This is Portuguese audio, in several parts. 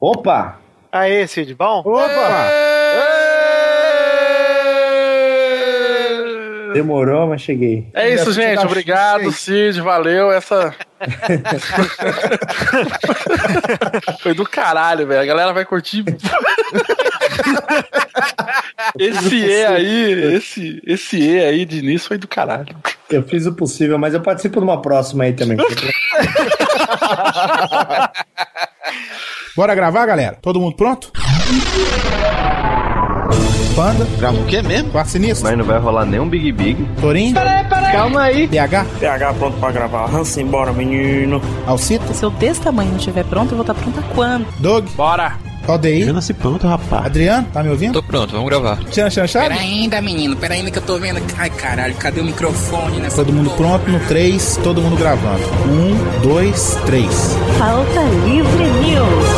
Opa! Aê, Cid, bom? Opa! Demorou, mas cheguei. É isso, Ainda gente. fica- Obrigado, Cid. Valeu. Essa. Foi do caralho, velho. A galera vai curtir. esse E aí, esse, esse E aí de início foi do caralho. Eu fiz o possível, mas eu participo de uma próxima aí também. Bora gravar, galera? Todo mundo pronto? Panda, Grava o quê mesmo? Quarto Sinistro, Mas não vai rolar nenhum Big Big. Torinho, Calma aí. DH, PH pronto pra gravar. Hans, embora, menino. Alcito, Se eu desse tamanho não estiver pronto, eu vou estar pronta quando? Doug, Bora! ODI, Eu nasci pronto, rapaz. Adriano, tá me ouvindo? Tô pronto, vamos gravar. Tchan, tchan, Pera chave? ainda, menino. Pera ainda que eu tô vendo. Ai, caralho, cadê o microfone né? nessa Todo mundo porra? pronto no 3, todo mundo gravando. 1, 2, 3. Falta Livre News.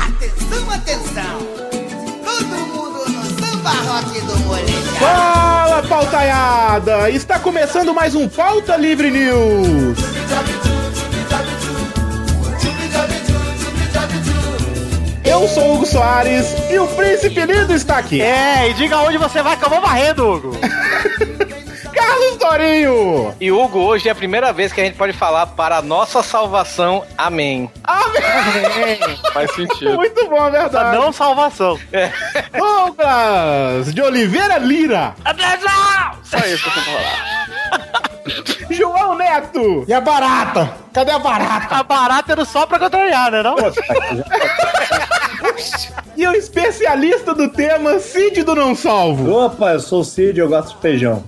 Atenção, atenção! Todo mundo no samba rock do moleque! Fala, pautaiada! Está começando mais um Pauta Livre News! Eu sou o Hugo Soares e o Príncipe Lindo está aqui. É, e diga onde você vai que eu vou varrendo, Hugo. Carlos Dorinho! E Hugo, hoje é a primeira vez que a gente pode falar para a nossa salvação, amém. Faz sentido. Muito bom, é A verdade. não salvação. É. Douglas de Oliveira Lira. Só isso que eu vou falar. João Neto. E a barata? Cadê a barata? A barata era só pra contrariar, né não? E o especialista do tema, Cid do Não Salvo. Opa, eu sou o Cid, eu gosto de feijão.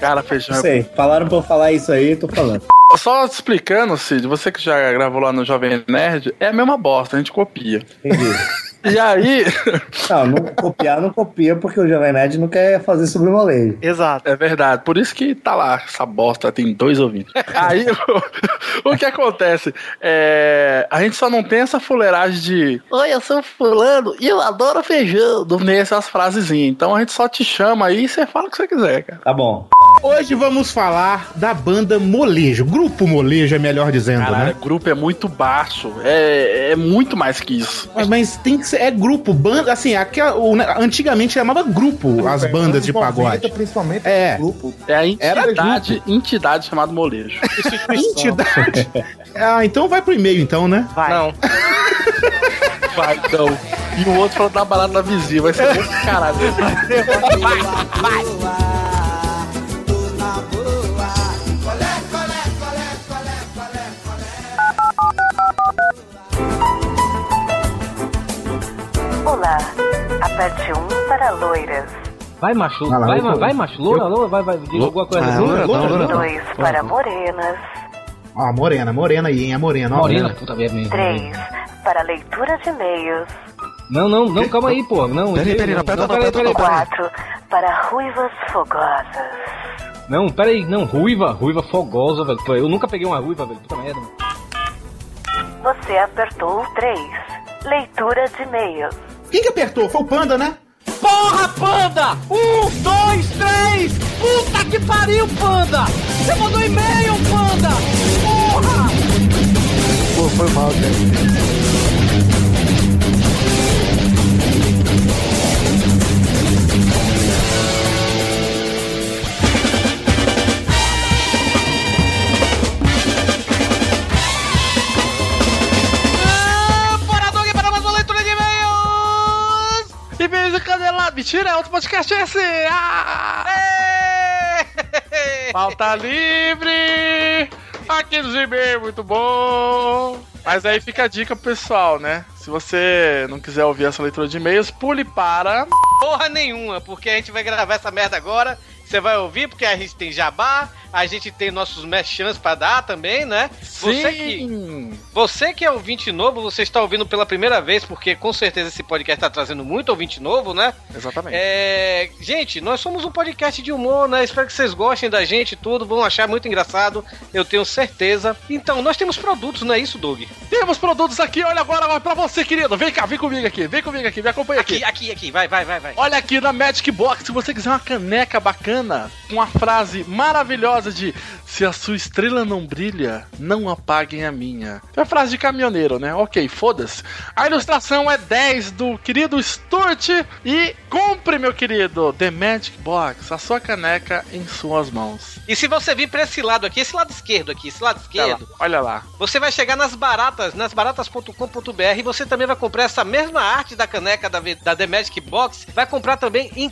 Cara, feijão. Não é sei, falaram pra eu falar isso aí, tô falando. Só te explicando, Cid, você que já gravou lá no Jovem Nerd, é a mesma bosta, a gente copia. Entendi. E aí. Não, não copiar, não copia, porque o Jovem Nerd não quer fazer sobre o molejo. Exato. É verdade, por isso que tá lá essa bosta, tem dois ouvintes. Aí o, o que acontece? É, a gente só não tem essa fuleiragem de Oi, eu sou fulano e eu adoro feijão nessas frasezinhas. Então a gente só te chama aí e você fala o que você quiser, cara. Tá bom. Hoje vamos falar da banda Molejo. Grupo Molejo, é melhor dizendo, Caralho, né? grupo é muito baixo, é, é muito mais que isso. Mas, mas tem que ser. É grupo, banda. Assim, aquela, o- antigamente chamava grupo as bandas de pagode. é, Principalmente É. grupo. É a Era entidade, entidade chamada molejo. Entidade. ah, então vai pro e-mail, então, né? Vai. Não. Vai, então. E o outro falou da balada da vizinha, vai ser muito caralho. Olá, aperte 1 para loiras, Vai, macho. Vai lá, vai, eu ma- tô- vai, macho. Loura, loura, vai, vai. Diga alguma é, coisa. Ah, Loura, loura, não, loura, não. 2 para morenas, Ó, a morena, morena aí, hein? A morena, ó. a Morena, puta merda. hein? 3 para leitura de e-mails, Não, não, não, calma aí, pô. Não, Peraí, eu- peraí, não, não, pera, não, não, pera, peraí, peraí, não, peraí. 4 para ruivas fogosas, Não, peraí, não, ruiva, ruiva fogosa, velho. Pô, Eu nunca peguei uma ruiva, velho. Puta merda. você apertou o 3. Leitura de e-mails. Quem que apertou? Foi o Panda, né? Porra, panda! Um, dois, três! Puta que pariu, panda! Você mandou e-mail, panda! Porra! Ah, Bora, Doug, para mais uma leitura de e-mails! E-mails do Canelado. Mentira, é outro podcast esse! Ah! Pauta livre! Aqui no GB, muito bom! Mas aí fica a dica pro pessoal, né? Se você não quiser ouvir essa leitura de e-mails, pule para. Porra nenhuma, porque a gente vai gravar essa merda agora. Você vai ouvir, porque a gente tem jabá, a gente tem nossos mechãs pra dar também, né? Você que, Sim! você que é ouvinte novo, você está ouvindo pela primeira vez, porque com certeza esse podcast tá trazendo muito ouvinte novo, né? Exatamente. É, gente, nós somos um podcast de humor, né? Espero que vocês gostem da gente e tudo, vão achar muito engraçado, eu tenho certeza. Então, nós temos produtos, não é isso, Doug? Temos produtos aqui, olha agora, agora pra você, querido! Vem cá, vem comigo aqui, vem comigo aqui, me acompanha aqui. Aqui, aqui, aqui, vai, vai, vai, vai. Olha aqui na Magic Box, se você quiser uma caneca bacana, bacana com a frase maravilhosa de se a sua estrela não brilha, não apaguem a minha. É a frase de caminhoneiro, né? Ok, foda-se. A ilustração é 10 do querido Sturt e compre, meu querido, The Magic Box, a sua caneca em suas mãos. E se você vir pra esse lado aqui, esse lado esquerdo aqui, esse lado Olha Tá lá, esquerdo, olha lá. você vai chegar nas baratas, nas baratas.com.br e você também vai comprar essa mesma arte da caneca da, V- da The Magic Box, vai comprar também em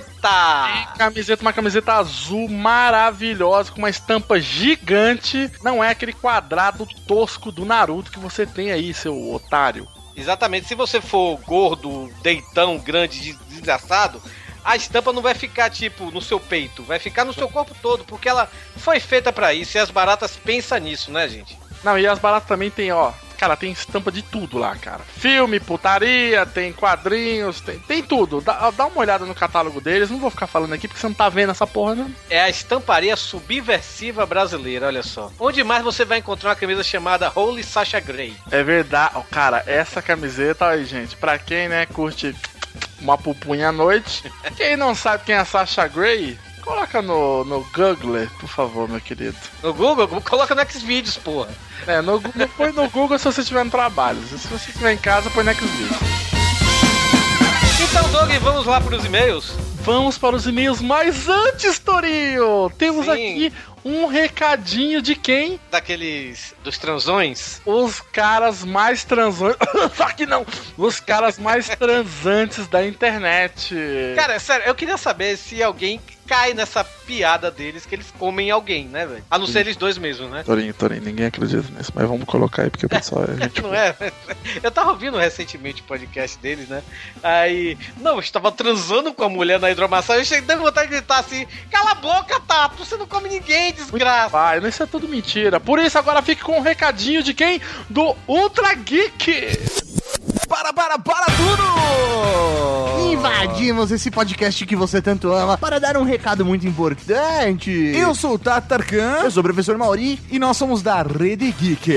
camiseta. Camiseta, uma camiseta azul maravilhosa, com uma estampa gigante. Não é aquele quadrado tosco do Naruto que você tem aí, seu otário. Exatamente, se você for gordo, deitão, grande, des- desgraçado, a estampa não vai ficar tipo no seu peito, vai ficar no seu corpo todo, porque ela foi feita pra isso e as baratas pensam nisso, né, gente? Não, e as baratas também tem, ó. Cara, tem estampa de tudo lá, cara. Filme, putaria, tem quadrinhos, tem, tem tudo. Dá, dá uma olhada no catálogo deles. Não vou ficar falando aqui porque você não tá vendo essa porra, né? É a estamparia subversiva brasileira, olha só. Onde mais você vai encontrar uma camisa chamada Holy Sasha Grey? É verdade. Ó, cara, essa camiseta aí, gente, pra quem, né, curte uma pupunha à noite. Quem não sabe quem é a Sasha Grey, coloca no, no Google, por favor, meu querido. No Google, coloca no Xvideos, porra. É, no, Gu- não põe no Google se você estiver no trabalho. Se você estiver em casa, põe na Xvideos. Então, Doug, vamos lá pros e-mails? Vamos para os e-mails, mas antes, Torinho, temos Sim. aqui um recadinho de quem? Daqueles dos transões? Os caras mais transões. Só que não! Os caras mais transantes da internet. Cara, sério, eu queria saber se alguém cai nessa piada deles que eles comem alguém, né, velho? A não ser eles dois mesmo, né? Torinho, Torinho, ninguém acredita nisso, mas vamos colocar aí porque o pessoal é gente. Não é? Eu tava ouvindo recentemente o podcast deles, né? Aí. Não, eu estava transando com a mulher na hidromassagem. Eu cheguei, dando vontade de gritar assim: Cala a boca, Tato, você não come ninguém, desgraça. Vai, mas isso é tudo mentira. Por isso, agora fique com um recadinho de quem? Do Ultra Geek! Para, para, para tudo! Invadimos esse podcast que você tanto ama para dar um recado muito importante. Eu sou o Tato Tarkan. Eu sou o professor Mauri. E nós somos da Rede Geek.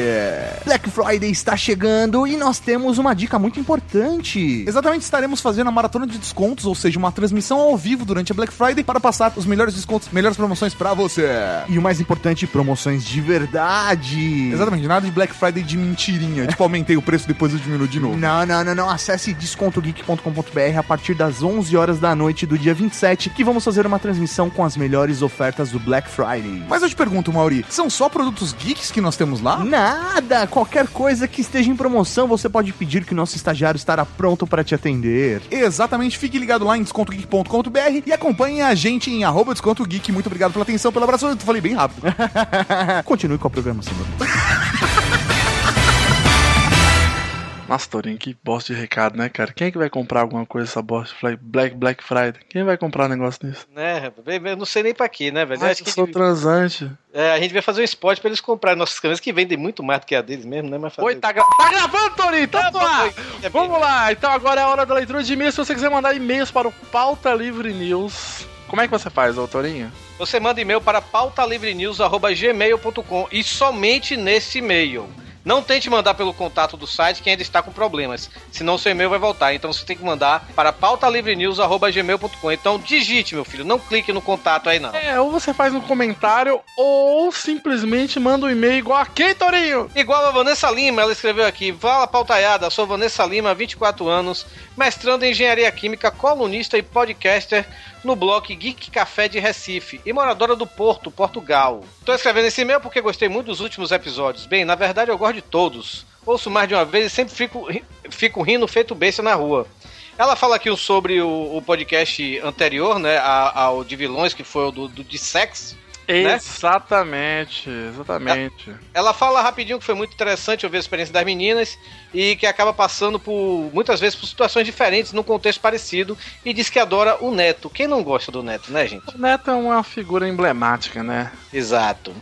Black Friday está chegando e nós temos uma dica muito importante. Exatamente, estaremos fazendo a maratona de descontos, ou seja, uma transmissão ao vivo durante a Black Friday para passar os melhores descontos, melhores promoções pra você. E o mais importante, promoções de verdade. Exatamente, nada de Black Friday de mentirinha. Tipo, aumentei o preço, depois eu diminuo de novo. Não, não, não, não. Acesse descontogeek.com.br a partir das 11 horas da noite do dia 27, que vamos fazer uma transmissão com as melhores ofertas do Black Friday. Mas eu te pergunto, Mauri, são só produtos geeks que nós temos lá? Nada! Qualquer coisa que esteja em promoção, você pode pedir que o nosso estagiário estará pronto para te atender. Exatamente, fique ligado lá em descontogeek.com.br e acompanhe a gente em arroba descontogeek. Muito obrigado pela atenção, pelo abraço. Eu falei bem rápido. Continue com a programação. Nossa, Torinho, que bosta de recado, né, cara? Quem é que vai comprar alguma coisa essa bosta? Fly- Black, Black Friday? Quem vai comprar um negócio nisso? Né, rapaz? eu não sei nem pra quê, né, velho? Eu Ah, acho eu que sou transante. é, a gente vai fazer um spot pra eles comprarem nossas camisas que vendem muito mais do que a deles mesmo, né? Mas fazer- Oi, tá, gra- tá gravando, Torinho? Então Tá bom, vamos lá! Doug. Vamos lá, então agora é a hora da leitura de e-mails. Se você quiser mandar e-mails para o Pauta Livre News, como é que você faz, ô Torinho? Você manda e-mail para pautalivrenews.gmail.com e somente nesse e-mail. Não tente mandar pelo contato do site que ainda está com problemas, senão seu e-mail vai voltar. Então você tem que mandar para pautalivrenews.gmail.com. Então digite, meu filho, não clique no contato aí não. É, ou você faz um comentário, ou simplesmente manda um e-mail igual a quem, Torinho? Igual a Vanessa Lima, ela escreveu aqui: Fala pautaiada, sou Vanessa Lima, 24 anos, mestrando em engenharia química, colunista e podcaster no blog Geek Café de Recife e moradora do Porto, Portugal. Tô escrevendo esse e-mail porque gostei muito dos últimos episódios. Bem, na verdade eu gosto de todos. Ouço mais de uma vez e sempre fico, ri- fico rindo feito besta na rua. Ela fala aqui sobre o, o podcast anterior, né, a- ao de vilões, que foi o do, do de sexo. Né? Exatamente, exatamente. Ela fala rapidinho que foi muito interessante ouvir a experiência das meninas e que acaba passando por muitas vezes por situações diferentes num contexto parecido e diz que adora o Neto. Quem não gosta do Neto, né, gente? O Neto é uma figura emblemática, né? Exato.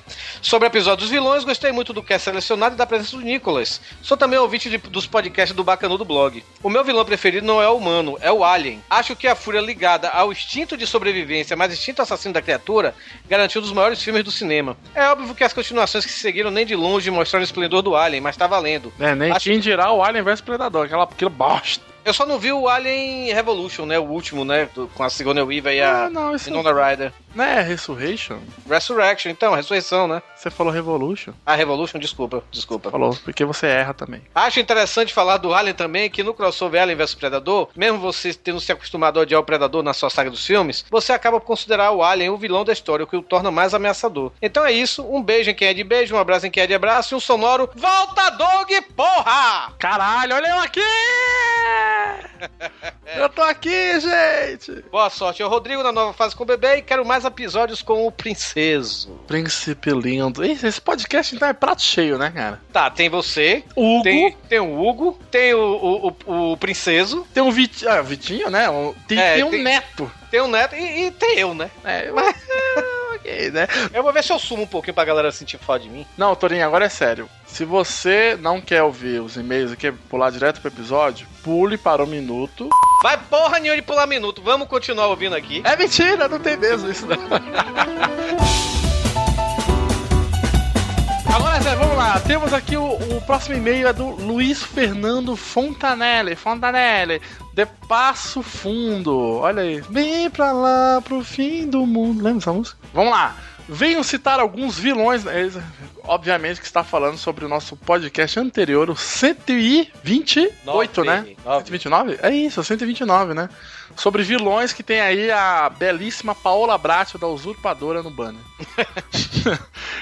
Sobre o episódio dos vilões, gostei muito do que é selecionado e da presença do Nicolas. Sou também ouvinte de- dos podcasts do Bacanudo Blog. O meu vilão preferido não é o humano, é o alien. Acho que a fúria ligada ao instinto de sobrevivência, mas instinto assassino da criatura, garantiu um dos maiores filmes do cinema. É óbvio que as continuações que se seguiram nem de longe mostraram o esplendor do alien, mas tá valendo. É, nem Acho- quem dirá o Alien vs Predador, aquela, aquela bosta. Eu só não vi o Alien Revolution, né? O último, né? Do- com a Sigourney Weaver É. e a Ah, não, esse- Winona Ryder. Não é Resurrection? Resurrection, então, Ressurreição, né? Você falou Revolution? Ah, Revolution, desculpa, desculpa. Falou, porque você erra também. Acho interessante falar do Alien também, que no crossover Alien vs Predador, mesmo você tendo se acostumado a odiar o Predador na sua saga dos filmes, você acaba por considerar o Alien o vilão da história, o que o torna mais ameaçador. Então é isso, um beijo em quem é de beijo, um abraço em quem é de abraço e um sonoro Volta Dog, porra! Caralho, olha eu aqui! Eu tô aqui, gente! Boa sorte, eu Rodrigo na nova fase com o bebê e quero mais episódios com o Princeso. Príncipe lindo. Ih, Esse podcast então é prato cheio, né, cara? Tá, tem você, Hugo. Tem, tem o Hugo, tem o, o, o, o Princeso. Tem o Vitinho, ah, o Vitinho né? O- Tem, É, tem um tem- neto. Tem o Neto e, e tem eu, né? É, ok, né? Eu vou ver se eu sumo um pouquinho pra galera sentir falta de mim. Não, Torinho, agora é sério. Se você não quer ouvir os e-mails e quer pular direto pro episódio, pule para o minuto. Vai porra nenhuma de pular minuto, vamos continuar ouvindo aqui. É mentira, não tem mesmo isso não. Agora, Zé, vamos lá. Temos aqui o, o próximo e-mail é do Luiz Fernando Fontanelli. Fontanelli, de Passo Fundo. Olha aí. Bem pra lá, pro fim do mundo. Lembra essa música? Vamos lá. Venho citar alguns vilões. né? Eles- Obviamente que está falando sobre o nosso podcast anterior, o 128, né? 129? É isso, 129, né? Sobre vilões que tem aí a belíssima Paola Bracho da Usurpadora no banner.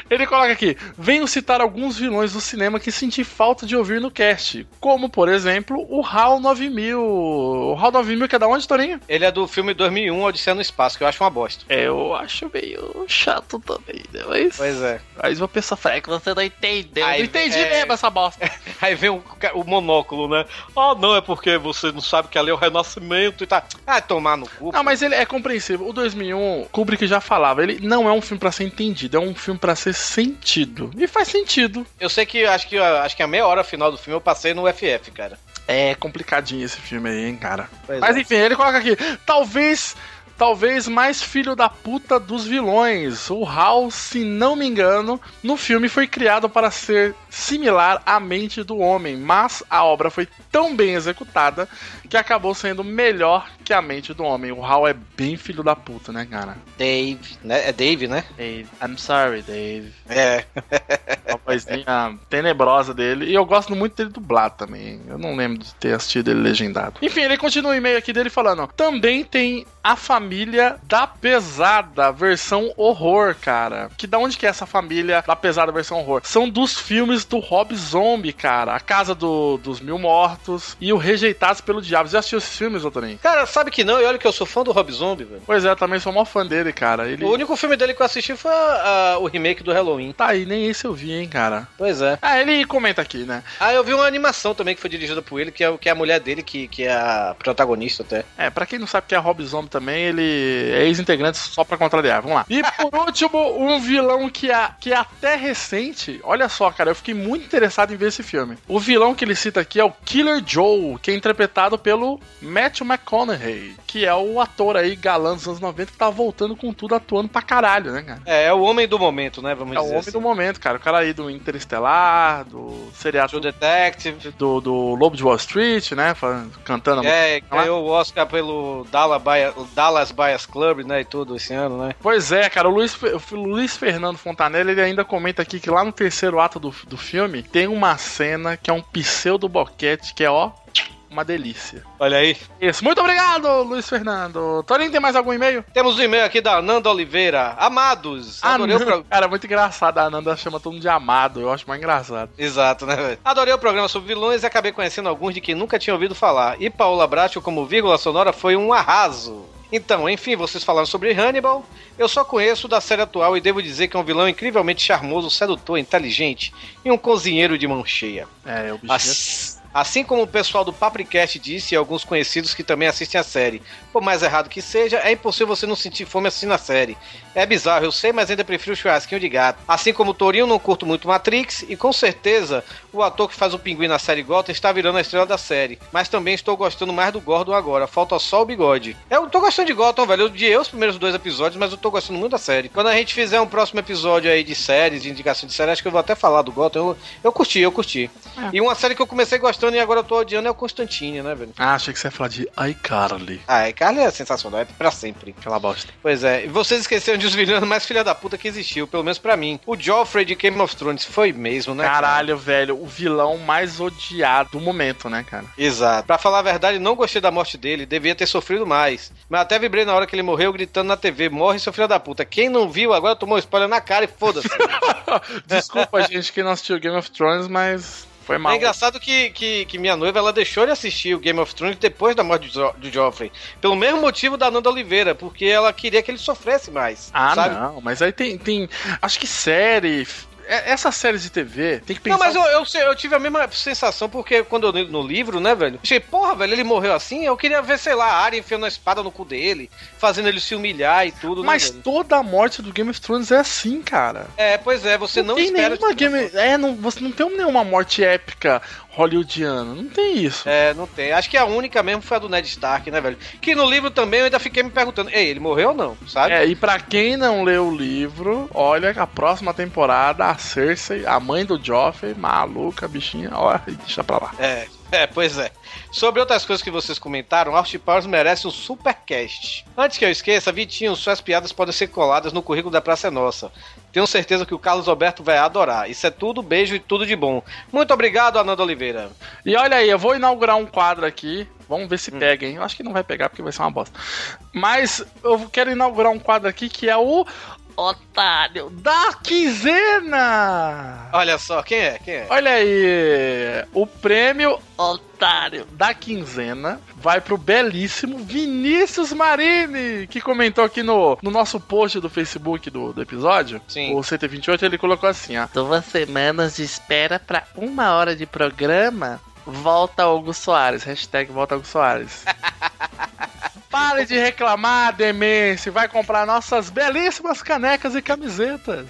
Ele coloca aqui: venho citar alguns vilões do cinema que senti falta de ouvir no cast, como por exemplo o HAL 9000. O HAL 9000 que é da onde, Torinho? Ele é do filme 2001, Odisseia no Espaço, que eu acho uma bosta. É, eu acho meio chato também, né? Mas... Pois é. Aí uma pessoa fala é que você não entendeu. Aí- não entendi é. mesmo essa bosta. Aí vem o, ca- o monóculo, né? Ah, não, é porque você não sabe que ali é o renascimento e tá. Ah, tomar no cu. Não, mas ele é compreensível. O 2001, Kubrick já falava, ele não é um filme pra ser entendido, é um filme pra ser sentido. E faz sentido. Eu sei que acho que ah, acho que a meia hora final do filme eu passei no FF, cara. É complicadinho esse filme aí, hein, cara. Pois Mas é. enfim, ele coloca aqui, talvez, talvez mais filho da puta dos vilões. O Hal, se não me engano, no filme foi criado para ser similar à mente do homem, mas a obra foi tão bem executada que acabou sendo melhor que a mente do homem. O Hal é bem filho da puta, né, cara? Dave, né? É Dave, né? Dave, I'm sorry, Dave. É. Uma vozinha tenebrosa dele. E eu gosto muito dele dublado também. Eu não lembro de ter assistido ele legendado. Enfim, ele continua o e-mail aqui dele falando: também tem a família da pesada, versão horror, cara. Que da onde que é essa família da pesada, versão horror? São dos filmes do Rob Zombie, cara. A Casa do- dos Mil Mortos e o Rejeitados pelo Diabo. Você já assistiu esses filmes, Otonin? Cara, sabe que não? E olha que eu sou fã do Rob Zombie, velho. Pois é, eu também sou mó fã dele, cara. Ele O único filme dele que eu assisti foi ah, o remake do Halloween. tá aí, nem esse eu vi, hein, cara. Pois é. Ah, ele comenta aqui, né? Ah, eu vi uma animação também que foi dirigida por ele, que é, que é a mulher dele, que, que é a protagonista até. É, pra quem não sabe que é Rob Zombie também, ele é ex-integrante só pra contrariar. Vamos lá. E por último, um vilão que, a, que é até recente, olha só, cara, eu fiquei muito interessado em ver esse filme. O vilão que ele cita aqui é o Killer Joe, que é interpretado pelo Matthew McConaughey, que é o ator aí galã dos anos 90 que tá voltando com tudo, atuando pra caralho, né, cara? É, é o homem do momento, né? Vamos É o dizer homem assim. do momento, cara. O cara aí do Interestelar, do seriado True Detective. do, do Lobo de Wall Street, né? fa- Cantando a É, música lá. ganhou o Oscar pelo Dallas Bias, Dallas Bias Club, né? E tudo esse ano, né? Pois é, cara, o Luiz, Fe- o Luiz Fernando Fontanella ele ainda comenta aqui que lá no terceiro ato do, do filme tem uma cena que é um pseudo boquete que é ó, uma delícia. Olha aí. Isso, muito obrigado, Luiz Fernando. Torinho, tem mais algum e-mail? Temos um e-mail aqui da Ananda Oliveira. Amados, adorei o Ananda, programa. Cara, é muito engraçado. A Ananda chama todo mundo de amado. Eu acho mais engraçado. Exato, né, velho? Adorei o programa sobre vilões e acabei conhecendo alguns de quem nunca tinha ouvido falar. E Paola Bracho, como vírgula sonora, foi um arraso. Então, enfim, vocês falaram sobre Hannibal. Eu só conheço da série atual e devo dizer que é um vilão incrivelmente charmoso, sedutor, inteligente e um cozinheiro de mão cheia. É, o bichinho. Assim, assim como o pessoal do Papricast disse e alguns conhecidos que também assistem a série, por mais errado que seja, é impossível você não sentir fome assistindo a série. É bizarro, eu sei, mas ainda prefiro o churrasquinho de gato. Assim como o Torinho, não curto muito Matrix e com certeza o ator que faz o pinguim na série Gotham está virando a estrela da série. Mas também estou gostando mais do Gordon agora, falta só o bigode. Eu tô gostando de Gotham, velho. Eu odiei os primeiros dois episódios, mas eu tô gostando muito da série. Quando a gente fizer um próximo episódio aí de séries, de indicação de série, acho que eu vou até falar do Gotham. Eu, eu curti, eu curti. E uma série que eu comecei a gostar gostando e agora eu tô odiando é o Constantine, né, velho? Ah, achei que você ia falar de iCarly. Tá Ah, e Carly é sensacional, é pra sempre. Aquela bosta. Pois é, e vocês esqueceram de os vilões mais filha da puta que existiu, pelo menos pra mim. O Joffrey de Game of Thrones foi mesmo, né? cara? Caralho, velho, o vilão mais odiado do momento, né, cara? Exato. Pra falar a verdade, não gostei da morte dele, devia ter sofrido mais. Mas até vibrei na hora que ele morreu gritando na TV: morre, seu filho da puta. Quem não viu agora tomou spoiler na cara e foda-se. Desculpa, gente, que não assistiu Game of Thrones, mas foi mal. É engraçado que, que, que minha noiva ela deixou de assistir o Game of Thrones depois da morte do, Jo- do Joffrey. Pelo mesmo motivo da Nanda Oliveira, porque ela queria que ele sofresse mais. Ah, sabe? não, mas aí tem, tem. Acho que série. f- é- Essas séries de TV tem que pensar. Não, mas eu, eu, sei- eu tive a mesma sensação, porque quando eu li no livro, né, velho? Achei, porra, velho, ele morreu assim? Eu queria ver, sei lá, a Arya enfiando a espada no cu dele, fazendo ele se humilhar e tudo, Mas né, velho? toda a morte do Game of Thrones é assim, cara. É, pois é, você não, tem espera. nenhuma game. É, não, você não tem nenhuma morte épica hollywoodiana. Não tem isso. É, não tem. Acho que a única mesmo foi a do Ned Stark, né, velho? Que no livro também eu ainda fiquei me perguntando, ei, ele morreu ou não, sabe? É, e pra quem não leu o livro, olha que a próxima temporada, a Cersei, a mãe do Joffrey, maluca, bichinha, ó, deixa pra lá. É, é, pois é. Sobre outras coisas que vocês comentaram, Austin Powers merece um supercast. Antes que eu esqueça, Vitinho, suas piadas podem ser coladas no currículo da Praça é Nossa. Tenho certeza que o Carlos Alberto vai adorar. Isso é tudo, beijo e tudo de bom. Muito obrigado, Ananda Oliveira. E olha aí, eu vou inaugurar um quadro aqui. Vamos ver se pega, hein? Eu acho que não vai pegar porque vai ser uma bosta. Mas eu quero inaugurar um quadro aqui que é o Otário da Quinzena! Olha só, quem é? Quem é? Olha aí, o prêmio Otário da Quinzena vai pro belíssimo Vinícius Marini, que comentou aqui no, no nosso post do Facebook do, do episódio, Sim. o 128, ele colocou assim, ó. Duas semanas de espera pra uma hora de programa, volta Hugo Soares, hashtag volta Hugo Soares. Pare de reclamar, demência, vai comprar nossas belíssimas canecas e camisetas.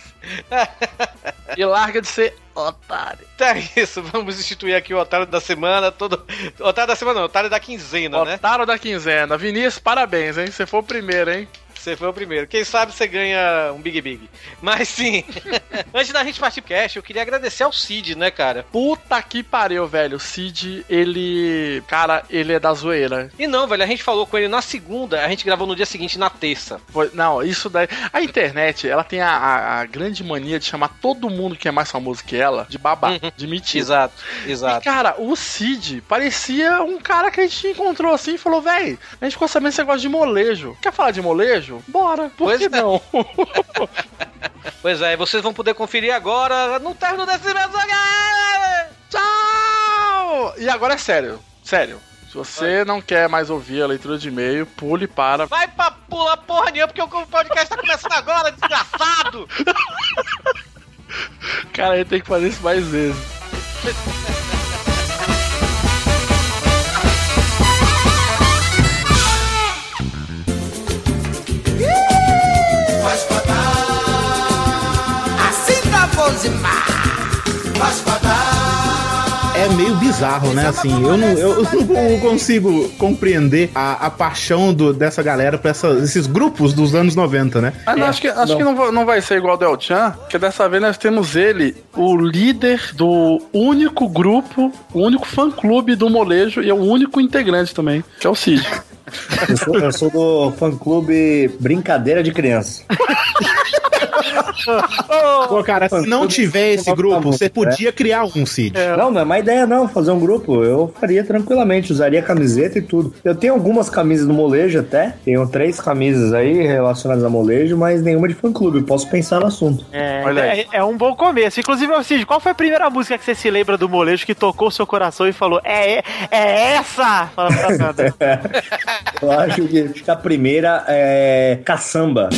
e larga de ser otário. Tá isso, vamos instituir aqui o otário da semana, todo. Otário da semana não, otário da quinzena, né? Otário da quinzena. Vinícius, parabéns, hein? Você foi o primeiro, hein? Você foi o primeiro. Quem sabe você ganha um Big Big. Mas sim, antes da gente partir pro cast, eu queria agradecer ao Cid, né, cara? Puta que pariu, velho. O Cid, ele. Cara, ele é da zoeira. E não, velho, a gente falou com ele na segunda, a gente gravou no dia seguinte, na terça. Foi- Não, isso daí. A internet, ela tem a, a- a grande mania de chamar todo mundo que é mais famoso que ela de babá, de mentira. Exato, Uhum. exato. E, cara, o Cid parecia um cara que a gente encontrou assim e falou: véi, a gente ficou sabendo que você gosta de molejo. Quer falar de molejo? Bora, por Pois que é. não? Pois é, vocês vão poder conferir agora no término desse mesmo Tchau! E agora é sério, sério. Se você não quer mais ouvir a leitura de e-mail, pule para. Vai pra pula porra nenhuma, porque o podcast tá começando agora, desgraçado! Cara, eu tenho que fazer isso mais vezes. Faz Assim tá bom demais. Faz É meio bizarro, né? Assim, eu não, eu não consigo compreender a, a paixão do- dessa galera pra essa- esses grupos dos anos 90, né? Mas Ah, não, acho que, acho Não. que não, va- não vai ser igual do El Chan, porque dessa vez nós temos ele, o líder do único grupo, o único fã-clube do molejo e é o único integrante também, que é o Cid. Eu sou, eu sou do fã clube Brincadeira de Criança. Pô, cara, se não tiver esse grupo, você podia criar um, Cid. Não, não é má ideia não fazer um grupo. Eu faria tranquilamente, usaria camiseta e tudo. Eu tenho algumas camisas do molejo até. Tenho três camisas aí relacionadas a molejo, mas nenhuma de fã clube. Posso pensar no assunto. É, Olha aí. é, é um bom começo. Inclusive, ô, Cid, qual foi a primeira música que você se lembra do molejo que tocou o seu coração e falou: É, é, é essa! Fala pra Sandra. Eu acho que a primeira é caçamba.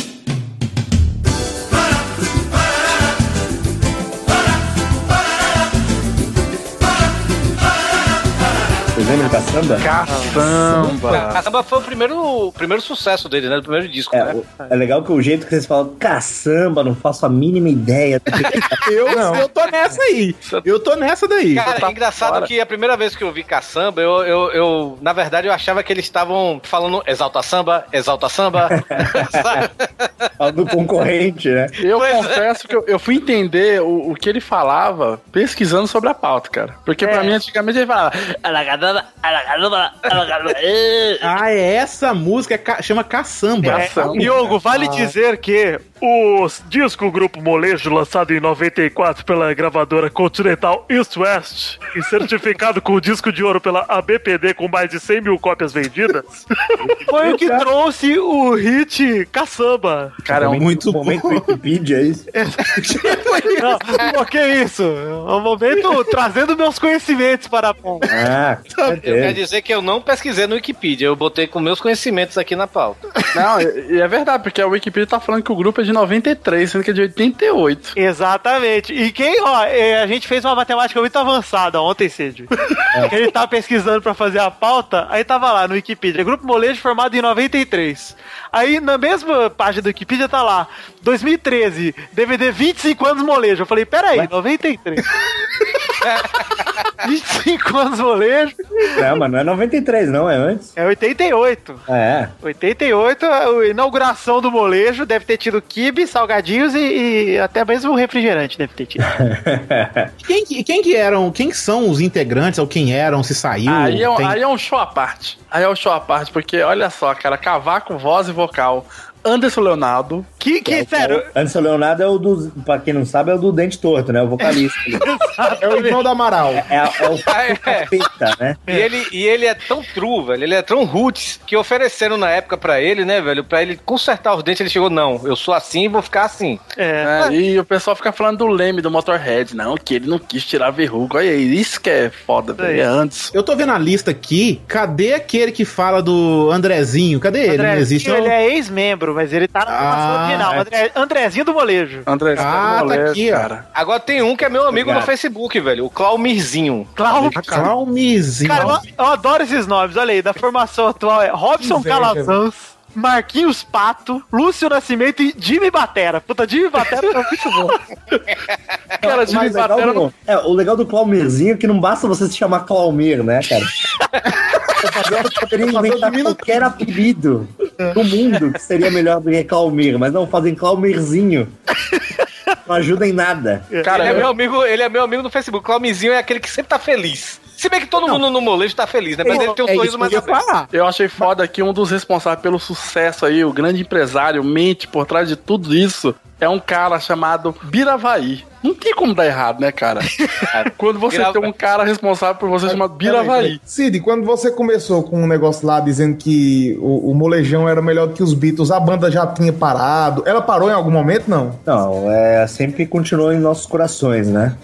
Vocês lembram da samba? Ah. Ca- Caçamba foi o primeiro, o primeiro sucesso dele, né? O primeiro disco. né? É legal que o jeito que vocês falam, caçamba, não faço a mínima ideia. eu, eu tô nessa aí. Eu tô nessa daí. Cara, é engraçado que a primeira vez que eu vi caçamba, eu, eu, eu- na verdade, eu achava que eles estavam falando exalta samba, exalta samba. Fala do concorrente, né? Eu é. confesso que eu, eu fui entender o, o que ele falava pesquisando sobre a pauta, cara. Porque É. pra mim, antigamente, ele falava... "Alagadana, alagadana, alagadana, ê". Ah, é essa música é ca- chama Caçamba. Ah. É, Diogo, vale dizer que o disco Grupo Molejo, lançado em 94 pela gravadora Continental East West e certificado com o disco de ouro pela ABPD com mais de 100 mil cópias vendidas, foi o que trouxe o hit Caçamba. Cara, muito momento Wikipedia, é isso? Não, pô, que isso? É um momento trazendo meus conhecimentos para a ponta. Ah, Eu quero dizer que eu não pesquisei no Wikipedia, eu botei com meus conhecimentos aqui na pauta. Não, e e é verdade, porque a Wikipedia tá falando que o grupo é de 93, sendo que é de 88. Exatamente. E quem, ó, eh, a gente fez uma matemática muito avançada ontem, Cid. Que a gente tava pesquisando pra fazer a pauta, aí tava lá no Wikipedia, Grupo Molejo formado em 93. Aí na mesma página do Wikipedia tá lá, 2013, DVD 25 anos Molejo. Eu falei, peraí, 93. 25 anos Molejo Não, mas não é 93, não, é antes. é 88. É. 88, a inauguração do molejo deve ter tido quibe, salgadinhos e, e até mesmo um refrigerante deve ter tido. Quem, que- quem que eram, quem que são os integrantes, ou quem eram, se saiu? Aí é, um- tem- aí é um show à parte. Aí é um show à parte, porque olha só, cara, cavaco, voz e vocal. Anderson Leonardo. Que, É o- Anderson Leonardo é o do. Pra quem não sabe, é o do Dente Torto, né? O vocalista. É o irmão do Amaral. É, é o capeta, né? E ele, e ele é tão true, velho, ele é tão roots, que ofereceram na época pra ele, né, velho, pra ele consertar os dentes, ele chegou, não, eu sou assim e vou ficar assim. É. e o pessoal fica falando do Leme, do Motorhead, não, que ele não quis tirar a verruga. Olha aí, isso que é foda, velho. É antes. Eu tô vendo a lista aqui. Cadê aquele que fala do Andrezinho? Cadê ele? Andrezinho, não existe. um- ele é ex-membro, mas ele tá na formação original. André- Andrezinho do molejo. Andrezinho Ah, tá aqui, ó. Agora tem um que é meu amigo Obrigado. no Facebook, velho, o Claumirzinho. Clau... Calmezinho. Cara, eu, eu adoro esses nomes, olha aí, da formação atual é Robson Que inveja, Calazans. Marquinhos Pato, Lúcio Nascimento e Jimmy Batera. Puta, Jimmy Batera é muito bom. Cara, Jimmy legal Batera do, é, o legal do Claumerzinho é que não basta você se chamar Claumer, né, cara? Agora poderiam inventar qualquer apelido do mundo que seria melhor do que Claumer, mas não fazem Claumerzinho. Não ajuda em nada. ele, é meu amigo, ele é meu amigo no Facebook. Claumirzinho é aquele que sempre tá feliz. Se bem que todo mundo no molejo tá feliz, né? Mas ele tem um sorriso mais aberto. Eu achei foda que um dos responsáveis pelo sucesso aí, o grande empresário, mente por trás de tudo isso, é um cara chamado Biravaí. Não tem como dar errado, né, cara? Quando você Birava- tem um cara responsável por você chamado Biravaí. Cid, quando você começou com um negócio lá dizendo que o, o molejão era melhor do que os Beatles, a banda já tinha parado. Ela parou em algum momento, não? Não, é, sempre continua em nossos corações, né?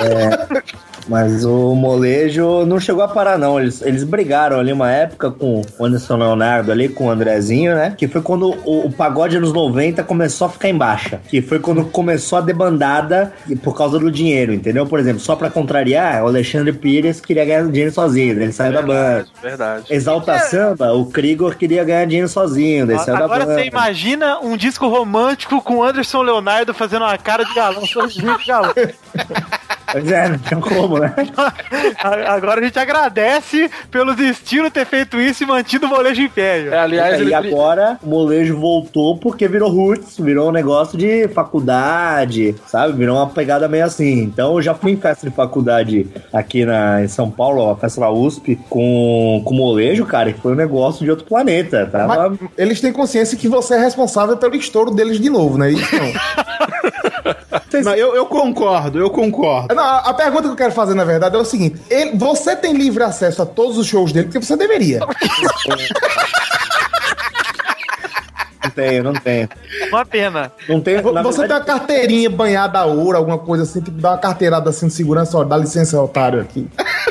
É, mas o molejo não chegou a parar, não. Eles, eles brigaram ali uma época com o Anderson Leonardo ali, com o Andrezinho, né? Que foi quando o, o pagode nos 90 começou a ficar em baixa. Que foi quando começou a debandada e por causa do dinheiro, entendeu? Por exemplo, só pra contrariar, o Alexandre Pires queria ganhar dinheiro sozinho, daí ele saiu da banda. Verdade. Exalta É. Samba, o Krigor queria ganhar dinheiro sozinho, daí saiu é da Agora banda. você imagina um disco romântico com Anderson Leonardo fazendo uma cara de galão, sorrisinho de galão. Pois é, não tinha como, né? A- Agora a gente agradece pelo destino ter feito isso e mantido o molejo em pé. É, e agora o molejo voltou porque virou roots, virou um negócio de faculdade, sabe? Virou uma pegada meio assim. Então eu já fui em festa de faculdade aqui na, em São Paulo, ó, a festa da USP, com, com molejo, cara, e foi um negócio de outro planeta. Tava Mas eles têm consciência que você é responsável pelo estouro deles de novo, né? Isso não. Não, eu, eu concordo, eu concordo. Não, a, a pergunta que eu quero fazer, na verdade, é o seguinte: ele- você tem livre acesso a todos os shows dele, porque você deveria. Não tenho, não tenho. Uma pena. Não tem. Vo- na Você verdade- tem uma carteirinha banhada a ouro, alguma coisa assim, tipo, dá uma carteirada assim de segurança, ó, dá licença, otário aqui.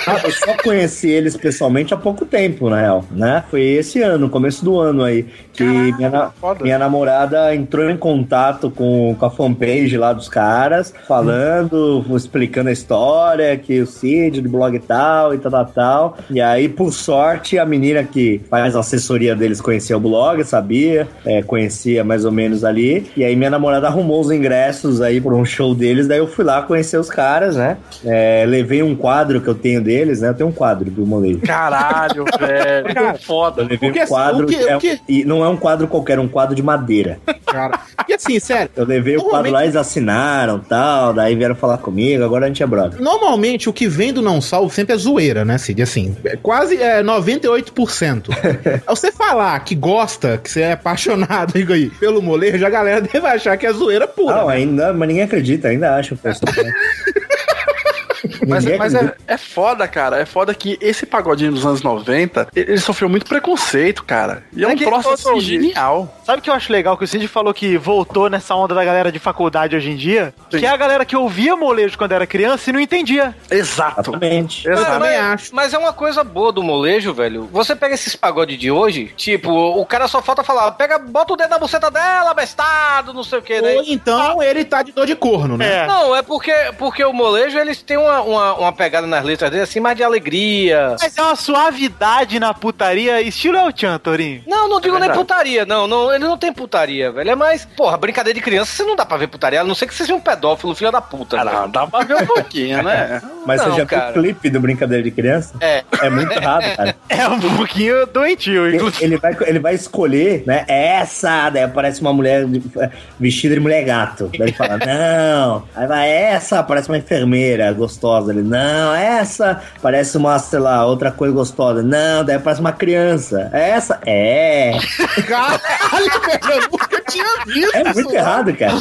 Ah, eu só conheci eles pessoalmente há pouco tempo, na real, né? Foi esse ano, começo do ano aí, que minha, na- minha namorada entrou em contato com, com a fanpage lá dos caras, falando, explicando a história, que o Cid do blog tal e tal, tal, tal. E aí, por sorte, a menina que faz a assessoria deles conhecia o blog, sabia, é, conhecia mais ou menos ali. E aí minha namorada arrumou os ingressos aí pra um show deles, daí eu fui lá conhecer os caras, né? É, levei um quadro que eu tenho deles, né? Eu tenho um quadro do Molejo. Caralho, velho. Cara, foda. Eu levei um quadro. é um- e não é um quadro qualquer, é um quadro de madeira. Cara. E assim, sério. Eu levei o quadro lá, eles assinaram tal, daí vieram falar comigo, agora a gente é brother. Normalmente o que vem do não salvo sempre é zoeira, né, Cid? Assim, é quase é, 98%. você falar que gosta, que você é apaixonado digo aí, pelo molejo, a galera deve achar que é zoeira pura. Ah, Não, ainda, mas ninguém acredita, ainda acha. pessoal. né? Mas, Ninguém mas é, acredita. é foda, cara. É foda que esse pagodinho dos anos 90, ele ele sofreu muito preconceito, cara. E é um troço assim, genial. Sabe o que eu acho legal? Que o Cid falou que voltou nessa onda da galera de faculdade hoje em dia, que é a galera que ouvia molejo quando era criança e não entendia. Exato. Ah, tá. Exatamente. Mas- mas, acho. mas é uma coisa boa do molejo, velho. Você pega esses pagodes de hoje, tipo, o cara só falta falar, pega, bota o dedo na buceta dela, bestado, não sei o que, né? Ou então ele tá de dor de corno, né? Não, é porque, porque o molejo, eles têm uma, uma, uma pegada nas letras dele, assim, mais de alegria. Mas é uma suavidade na putaria, estilo El Chan, Torinho. Não, É não digo nem verdade. putaria, não, não. Ele não tem putaria, velho. É mais, porra, brincadeira de criança, você não dá pra ver putaria, a não ser que você seja um pedófilo, filho da puta. Cara, dá pra ver um pouquinho, né? Mas não, você já cara. viu o clipe do Brincadeira de Criança? É. É muito errado, cara. É um pouquinho doentio, inclusive. Ele vai, ele vai escolher, né? Essa, daí aparece uma mulher de- vestida de mulher gato. Daí ele fala, não. Aí vai, "É essa parece uma enfermeira gostosa. Ele, não, é essa parece uma, sei lá, outra coisa gostosa. Não, daí parece uma criança. Essa, é. Caralho, velho, eu nunca tinha visto. É muito errado, cara.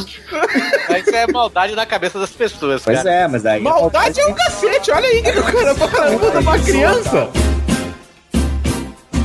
Mas isso é maldade na cabeça das pessoas, Pois cara. é, mas daí. Maldade é um cacete, olha aí que o cara fala pra uma criança.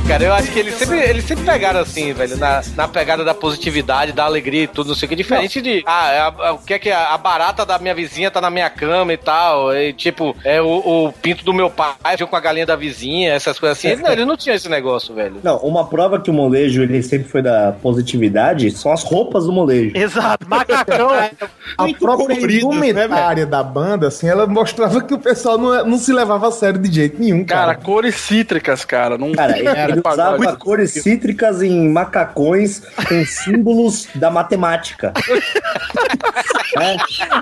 Cara, eu acho que eles sempre, eles sempre pegaram assim, velho, na, na pegada da positividade, da alegria e tudo, não sei o que. Diferente de, ah, é a- a- o que é que é? a barata da minha vizinha tá na minha cama e tal. E, tipo, é o, o pinto do meu pai junto com a galinha da vizinha, essas coisas assim. Ele, não, ele não tinha esse negócio, velho. Não, uma prova que o molejo ele sempre foi da positividade são as roupas do molejo. Exato, macacão. É, A própria né, indumentária da banda, assim, ela mostrava que o pessoal não, é- não se levava a sério de jeito nenhum, Cara, cara. cores cítricas, cara. Não Cara, ele, Era ele usava pagode. cores cítricas em macacões com símbolos da matemática.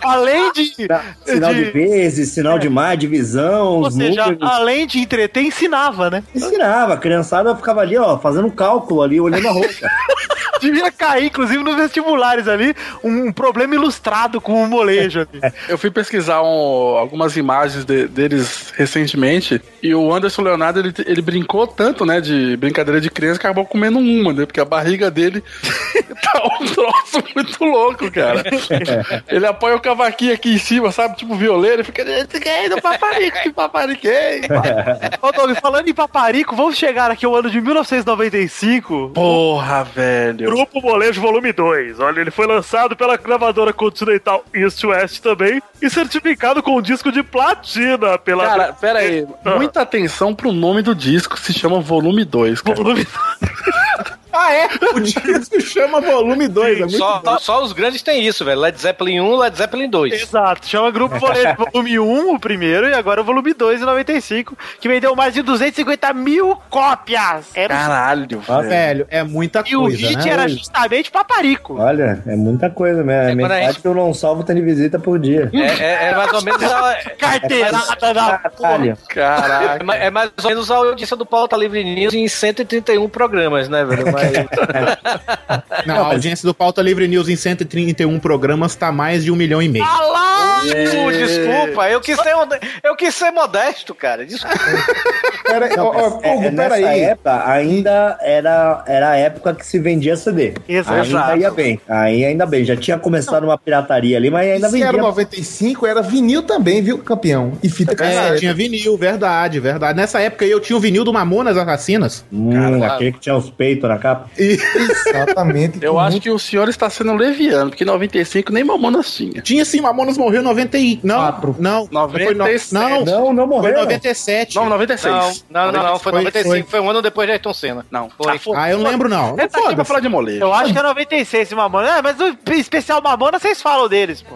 Além de. Sinal de, de- vezes, sinal de mais, divisão, Ou os seja, números. além de entreter, ensinava, né? Ensinava, a criançada ficava ali, ó, fazendo cálculo ali, olhando a roupa. Devia cair, inclusive, nos vestibulares ali, um problema ilustrado com o molejo. ali. Eu fui pesquisar um- algumas imagens de- deles recentemente e o Anderson Leonardo ele, ele brincou tanto, né, de brincadeira de criança que acabou comendo uma, né, porque a barriga dele tá um troço muito louco, cara. Ele apoia o cavaquinho aqui em cima, sabe, tipo violeiro, e fica "Ei, paparico, que é papariquei. Ô, Doug, falando em paparico, vamos chegar aqui ao ano de 1995. Porra, velho. Grupo Molejo Volume 2. Olha, ele foi lançado pela gravadora continental East West também e certificado com um disco de platina pela. Cara, pera aí. Muita atenção pro nome do disco, se chama Volume 2, cara. Volume Ah, é? O disco chama volume 2, é muito Só, bom. só os grandes têm isso, velho. Led Zeppelin 1, Led Zeppelin 2. Exato, chama Grupo Molejo Volume 1, o primeiro, e agora o Volume 2, em 95, que vendeu mais de 250 mil cópias. Era Caralho, Ó, velho, é muita E o hit era justamente paparico. Olha, é muita coisa mesmo. É, quando a metade que eu não salvo tá de visita por dia. É, é- é mais ou menos a. Carteirada da Caralho. Caraca. É, ma- é mais ou menos a audiência do Pauta Livre News em 131 programas, né, velho? Mas... Não, a audiência do Pauta Livre News em 131 programas tá mais de um milhão e meio. Caralho, É. desculpa, eu quis, ser, mod- eu quis ser modesto, cara. Desculpa. Peraí, ó, ó, É, Hugo, é, nessa peraí. época ainda era, era a época que se vendia CD. Exato. Ainda ia bem. Aí ainda bem. Já tinha começado uma pirataria ali, mas ainda Se vendia. era 95, era vinil também, viu, campeão? E fita É, cassete. tinha vinil, verdade, verdade. Nessa época aí eu tinha o vinil do Mamonas Assassinas. Hum, aquele que tinha os peitos na capa. Exatamente. Eu acho que o senhor está sendo leviano, porque em 95 nem assim. Mamonas tinha. Tinha sim, Mamonas morreu em 90 e... Não, não. Foi no- 97. Não, Não, não morreu. Foi 97. Não, 96. Não, não, não, não, foi 95. Foi, um ano depois de Ayrton Senna. Não, foi. Ah, eu não lembro, não. Você tá aqui pra falar de molejo. Eu acho que é 96 esse Mamona. É, mas o especial Mamona vocês falam deles, pô.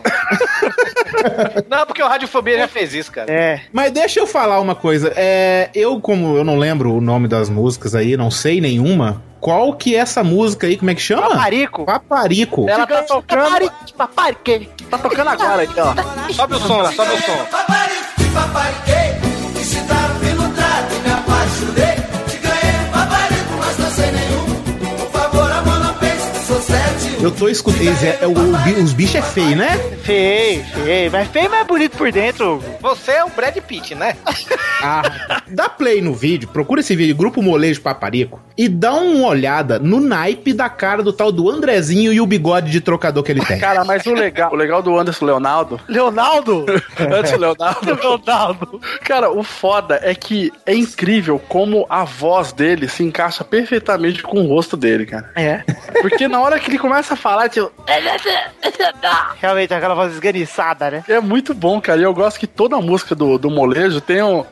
Não, porque o Radiofobia já fez isso, É. cara. Mas deixa eu falar uma coisa. É, eu, como eu não lembro o nome das músicas aí, não sei nenhuma. Qual que é essa música aí? Como é que chama? Ah. Paparico. Paparico. Ela tá tocando. Tá tocando agora aqui, ó. Sobe o som, sobe o som. Eu tô escutando. É, é, o- bi- os bichos é feio, né? Feio, feio. Mas feio, mas bonito por dentro. Você é o Brad Pitt, né? Ah, dá play no vídeo, procura esse vídeo, Grupo Molejo Paparico, e dá uma olhada no naipe da cara do tal do Andrezinho e o bigode de trocador que ele tem. Cara, mas o legal, o legal do Anderson Leonardo. Leonardo? Antes do Leonardo. Leonardo. Cara, o foda é que é incrível como a voz dele se encaixa perfeitamente com o rosto dele, cara. É. Porque na hora que ele começa a falar, tipo. Realmente, aquela voz esganiçada, né? É muito bom, cara. E eu gosto que toda a música do, do molejo tem um.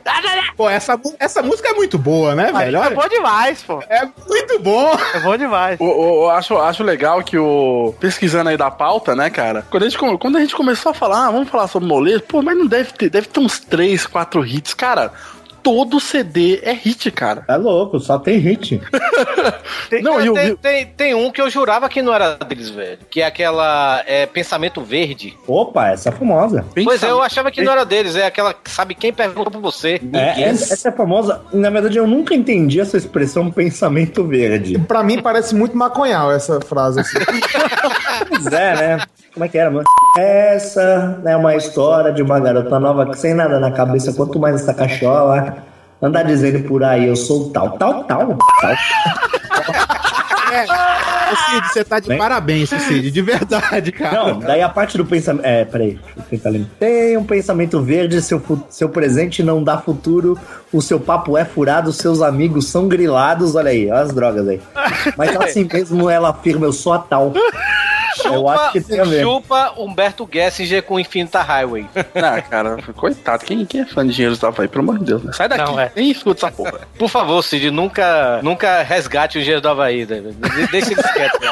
Pô, essa, mu- essa música é muito boa, né, velho? é tá Olha. bom demais, pô. É muito bom. É bom demais. Eu acho, acho legal que o. Pesquisando aí da pauta, né, cara? Quando a gente, come- quando a gente começou a falar, ah, vamos falar sobre molejo, pô, mas não deve ter. Deve ter uns 3, 4 hits, cara. Todo CD é hit, cara. É louco, só tem hit. Tem, Cara, tem, tem- tem um que eu jurava que não era deles, velho. Que é aquela é, Pensamento Verde. Opa, essa é famosa. Pois é, eu achava que não era deles. É aquela que sabe quem perguntou pra É, você. Ninguém. essa, essa é famosa. Na verdade, eu nunca entendi essa expressão pensamento verde. Pra mim parece muito maconhal essa frase. Assim. Pois é, né? Como é que era, mano? Essa é uma história de uma garota nova que sem nada na cabeça, quanto mais essa cachola. Anda dizendo por aí, eu sou tal, tal, tal, tal. Ô, Cid, você tá de parabéns, seu Cid, de verdade, cara. Não, daí a parte do pensamento. É, peraí, deixa eu tentar lembrar. Tem um pensamento verde, seu, fu- seu presente não dá futuro, o seu papo é furado, seus amigos são grilados, olha aí, olha as drogas aí. Mas assim mesmo ela afirma, eu sou a tal. Eu acho que tem a ver. Chupa Humberto Gessinger com Infinita Highway. Ah, cara, coitado, quem, quem é fã de dinheiro tava aí, pelo amor de Deus, né? Sai daqui, é. nem escuta essa porra. Por favor, Cid, nunca, nunca resgate o dinheiro do Havaí. né? De- Deixa né? eles quietos.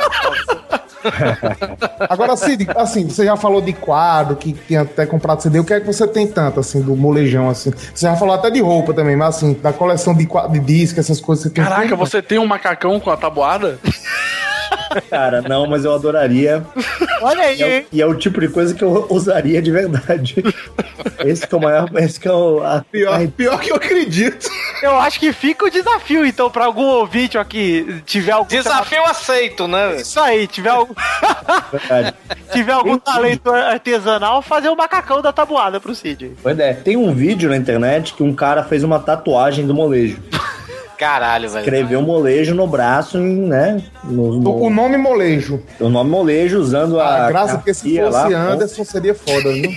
Agora, Cid, assim, você já falou de quadro, que tinha até comprado CD. O que é que você tem tanto, assim, do molejão, assim? Você já falou até de roupa também, mas assim, da coleção de, qua- de disco, essas coisas. Você tem Caraca, tanto? você tem um macacão com a tabuada? Cara, não, mas eu adoraria. Olha aí, E é, hein? o- e é o tipo de coisa que eu usaria de verdade. Esse que é o maior. Esse que é o. a- a- Pior que eu acredito. Eu acho que fica o desafio, então, pra algum ouvinte aqui tiver algum. Desafio aceito, né? Isso aí, tiver algum. tiver algum talento artesanal, fazer o macacão da tabuada pro Cid. Pois é, tem um vídeo na internet que um cara fez uma tatuagem do molejo. Caralho, velho. Escreveu um molejo no braço, em, né? No, no- O nome molejo. o nome molejo usando a. Ah, graças, porque se grafia fosse lá, né? Anderson, seria foda, viu?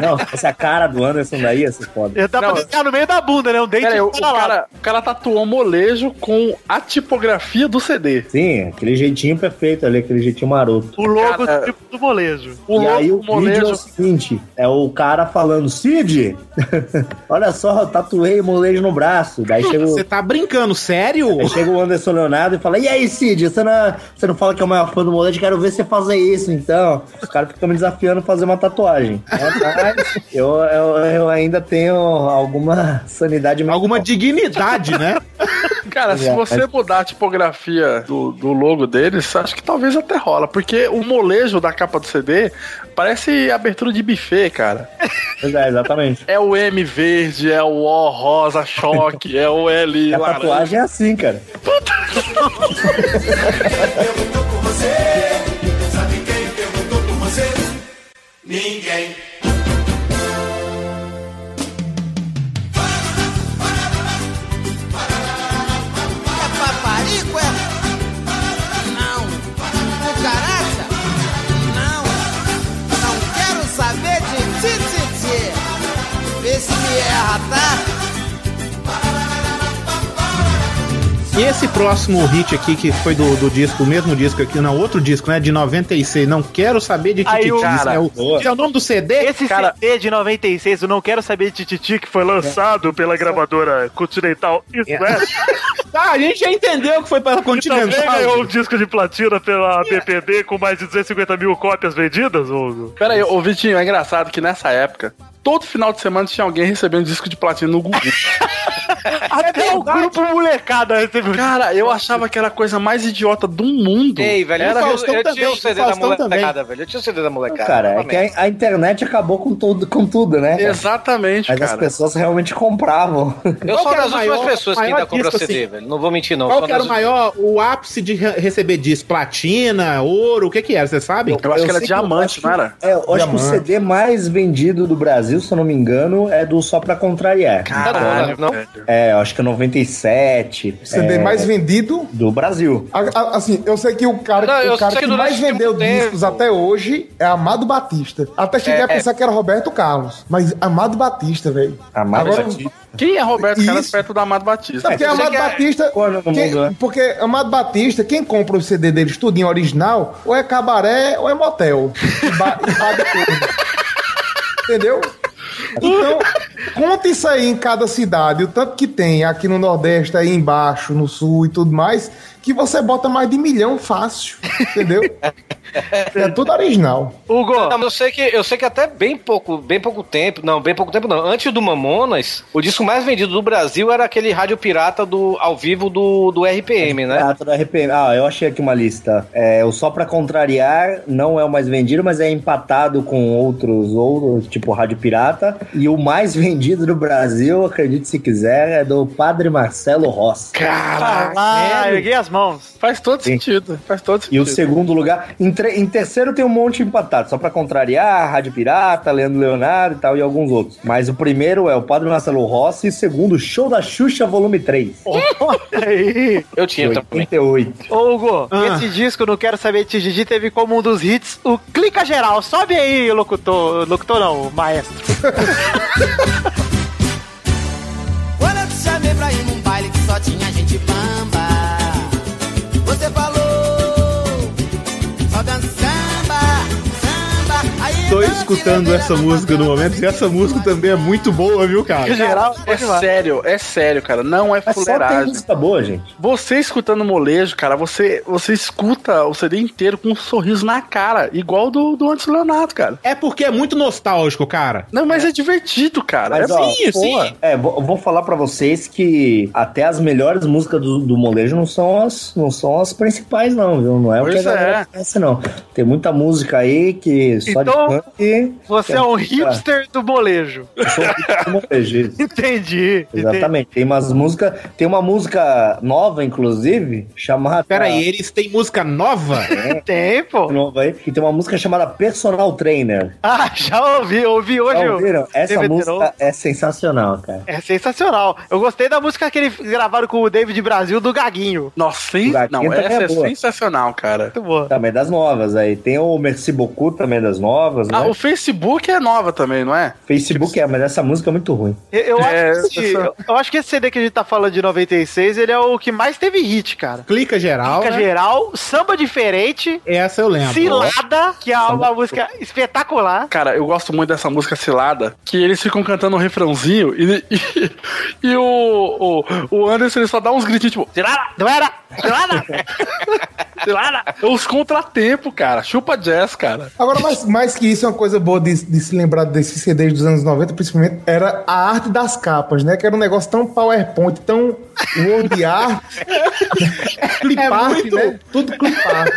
Não, essa cara do Anderson daí, essa foda. Ele dá pra desenhar no meio da bunda, né? Um dente Cara, o, o pra lá. cara, o cara tatuou um molejo com a tipografia do CD. Sim, aquele jeitinho perfeito ali, aquele jeitinho maroto. O logo do tipo do molejo. e aí o vídeo é o seguinte, é o cara falando, Cid, olha só, eu tatuei molejo no braço. Daí chega o, Você tá brincando, sério? aí chega o Anderson Leonardo e fala, e aí Cid, você não, você não fala que é o maior fã do molejo, quero ver você fazer isso, então. Os caras ficam me desafiando a fazer uma tatuagem. Rapaz, eu, eu, eu ainda tenho alguma sanidade. Alguma dignidade, né? Cara, se É, você mudar a tipografia do, do logo deles, acho que talvez até rola. Porque o molejo da capa do CD parece abertura de buffet, cara. Pois é, exatamente. É o M verde, é o O rosa choque, é o L A laranja. tatuagem é assim, cara. Ninguém. É paparico, é? Não. Cucaracha? Não. Não quero saber de ti, ti, ti. Vê se me erra, tá? E esse próximo hit aqui, que foi do, do disco, o mesmo disco aqui, não, outro disco, né? De 96, não quero saber de Aí o- Tititi. Cara, é o, boa. é o nome do CD? Esse CD de 96, eu não quero saber de Tititi, que foi lançado É. pela gravadora Continental Isso Ah, a gente já entendeu que foi pela Continental. E também ganhou um disco de platina pela BPB com mais de 250 mil cópias vendidas, Hugo. Pera aí, ô Vitinho, é engraçado que nessa época, todo final de semana tinha alguém recebendo um disco de platina no Gugu. Até o grupo molecada recebeu. Cara, eu achava que era a coisa mais idiota do mundo. Ei, velho, era eu, eu, eu tinha o CD da Faustão também. molecada, velho. Eu tinha o CD da molecada. Cara, é que novamente. a, a internet acabou com tudo, com tudo né? cara? Exatamente, Mas as cara. pessoas realmente compravam. Eu é Qual sou que era das o últimas maior- pessoas que maior ainda comprou disco, CD, assim? velho. Não vou mentir, não. Qual Sou que era das o maior, o ápice de re- receber disco? Platina, ouro, o que que era, você sabe? Eu acho que era diamante, não era? É, eu acho que o CD mais vendido do Brasil, se eu não me engano, é do Só Pra Contrariar. Caralho, Então, É, eu acho que é 97. CD é, mais vendido? Do Brasil. A- a- assim, eu sei que o cara, Não, eu o cara sei que durante mais vendeu discos até hoje é Amado Batista. Até cheguei É, a pensar é. que era Roberto Carlos. Mas Amado Batista, velho. Amado Agora, Batista. Quem é Roberto Cara Isso. perto do Amado Não, Batista? porque Amado Batista. quem- né? porque Amado Batista, quem compra o CD dele tudinho original, ou é cabaré ou é motel. E ba- e bate tudo. Entendeu? Então, conta isso aí em cada cidade, o tanto que tem aqui no Nordeste, aí embaixo, no Sul e tudo mais, que você bota mais de milhão fácil, entendeu? é tudo original. Hugo. Não, eu sei que eu sei que até bem pouco, bem pouco tempo, não, bem pouco tempo não. Antes do Mamonas, o disco mais vendido do Brasil era aquele rádio pirata do ao vivo do, do RPM, né? Teatro da RPM. Ah, eu achei aqui uma lista. É, o Só Pra Contrariar não é o mais vendido, mas é empatado com outros, outros, tipo Rádio Pirata. E o mais vendido do Brasil, acredite se quiser, é do Padre Marcelo Rossi. Ah, eu erguei as mãos. Faz todo sentido, faz todo E o segundo lugar. Em, tre- em terceiro tem um monte empatado, só pra contrariar, Rádio Pirata, Leandro Leonardo e tal, e alguns outros. Mas o primeiro é o Padre Marcelo Rossi, e o segundo, Show da Xuxa, volume 3. Eu tinha também. 88. Ô, Hugo, Ah. esse disco, Não Quero Saber de Tititi, teve como um dos hits o Clica Geral. Sobe aí, locutor. Locutor não, o maestro. Quando eu te chamei pra ir num baile que só tinha gente bamba, você falou, joga samba, samba, aí então, Tô escutando essa música no momento, e essa música também é muito boa, viu, cara? Em geral, é sério, é sério, cara. Não é Mas só tem um- fuleiragem. música boa, gente. Você escutando molejo, cara, você, você escuta o CD inteiro com um sorriso na cara, igual do, do antes Leonardo, cara. É porque é muito nostálgico, cara. Não, mas é divertido, cara. Mas, é ó, sim, pô, sim. É, vou, vou falar pra vocês que até as melhores músicas do, do molejo não são as não são as principais não, viu? Não é o Pois que a galera é. conhece não. Tem muita música aí que só Então, de funk. Você é um hipster do molejo. molejo. Entendi. Exatamente. Tem umas músicas, tem uma música nova inclusive, chamada Ah. Peraí, eles têm música nova? Tem, pô. Nova aí, e tem uma música chamada Personal Trainer. Ah, já ouvi, ouvi hoje. Já o- ouviram? Essa teve de novo. música é sensacional, cara. É sensacional. Eu gostei da música que eles gravaram com o David Brasil do Gaguinho. Nossa, hein? Gaguinho Não, também essa é é boa. sensacional, cara. Muito boa. Também das novas aí. Tem o Merci Beaucoup também das novas, né? Ah, o Facebook é nova também, não é? Facebook é, mas essa música é muito ruim. Eu, eu É, acho que, esse- eu, eu acho que esse CD que a gente tá falando de 96, ele é o que mais teve hit, cara. Clica geral. Música é? né? geral, samba diferente, Essa eu lembro. cilada, que é uma música espetacular. Cara, eu gosto muito dessa música cilada, que eles ficam cantando um refrãozinho e, e, e o, o, o Anderson ele só dá uns gritinhos tipo, cilada, não era, cilada, cilada. É Os contratempos, cara. Chupa jazz, cara. Agora, mais, mais que isso, é uma coisa boa de, de se lembrar desses CDs dos anos 90, principalmente, era a arte das capas, né? Que era um negócio tão PowerPoint, tão Word Art. clip É art, muito- né? Tudo clip art.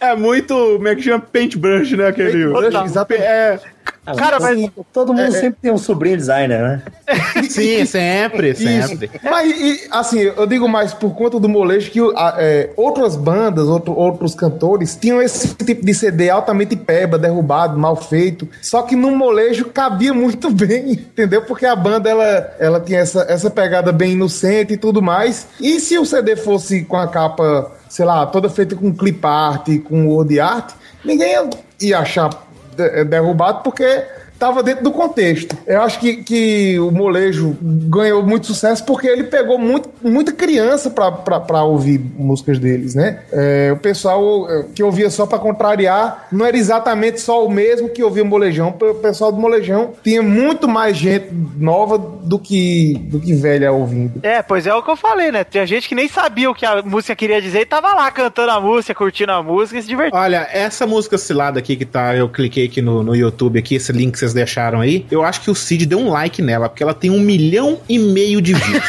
É muito, como é que chama? Paintbrush, né, aquele... Paintbrush, Exatamente. É... Ah, todo- todo é, mundo sempre tem um sobrinho designer, né? Sim, sempre, Isso. sempre. Mas, e, assim, eu digo mais por conta do molejo que ah, é, outras bandas, outro- outros cantores tinham esse tipo de CD altamente peba, derrubado, mal feito. Só que no molejo cabia muito bem, entendeu? Porque a banda ela, ela tinha essa, essa pegada bem inocente e tudo mais. E se o CD fosse com a capa, sei lá, toda feita com clip art, com word art, ninguém ia achar de- é derrubado porque tava dentro do contexto. Eu acho que, que o molejo ganhou muito sucesso porque ele pegou muito, muita criança pra, pra, pra ouvir músicas deles, né? É, o pessoal é, que ouvia só pra contrariar não era exatamente só o mesmo que ouvia o molejão. O pessoal do molejão tinha muito mais gente nova do que, do que velha ouvindo. É, pois é o que eu falei, né? Tinha gente que nem sabia o que a música queria dizer e tava lá cantando a música, curtindo a música e se divertindo. Olha, essa música cilada aqui que tá, eu cliquei aqui no, no YouTube aqui, esse link que vocês deixaram aí, eu acho que o Cid deu um like nela, porque ela tem um milhão e meio de views.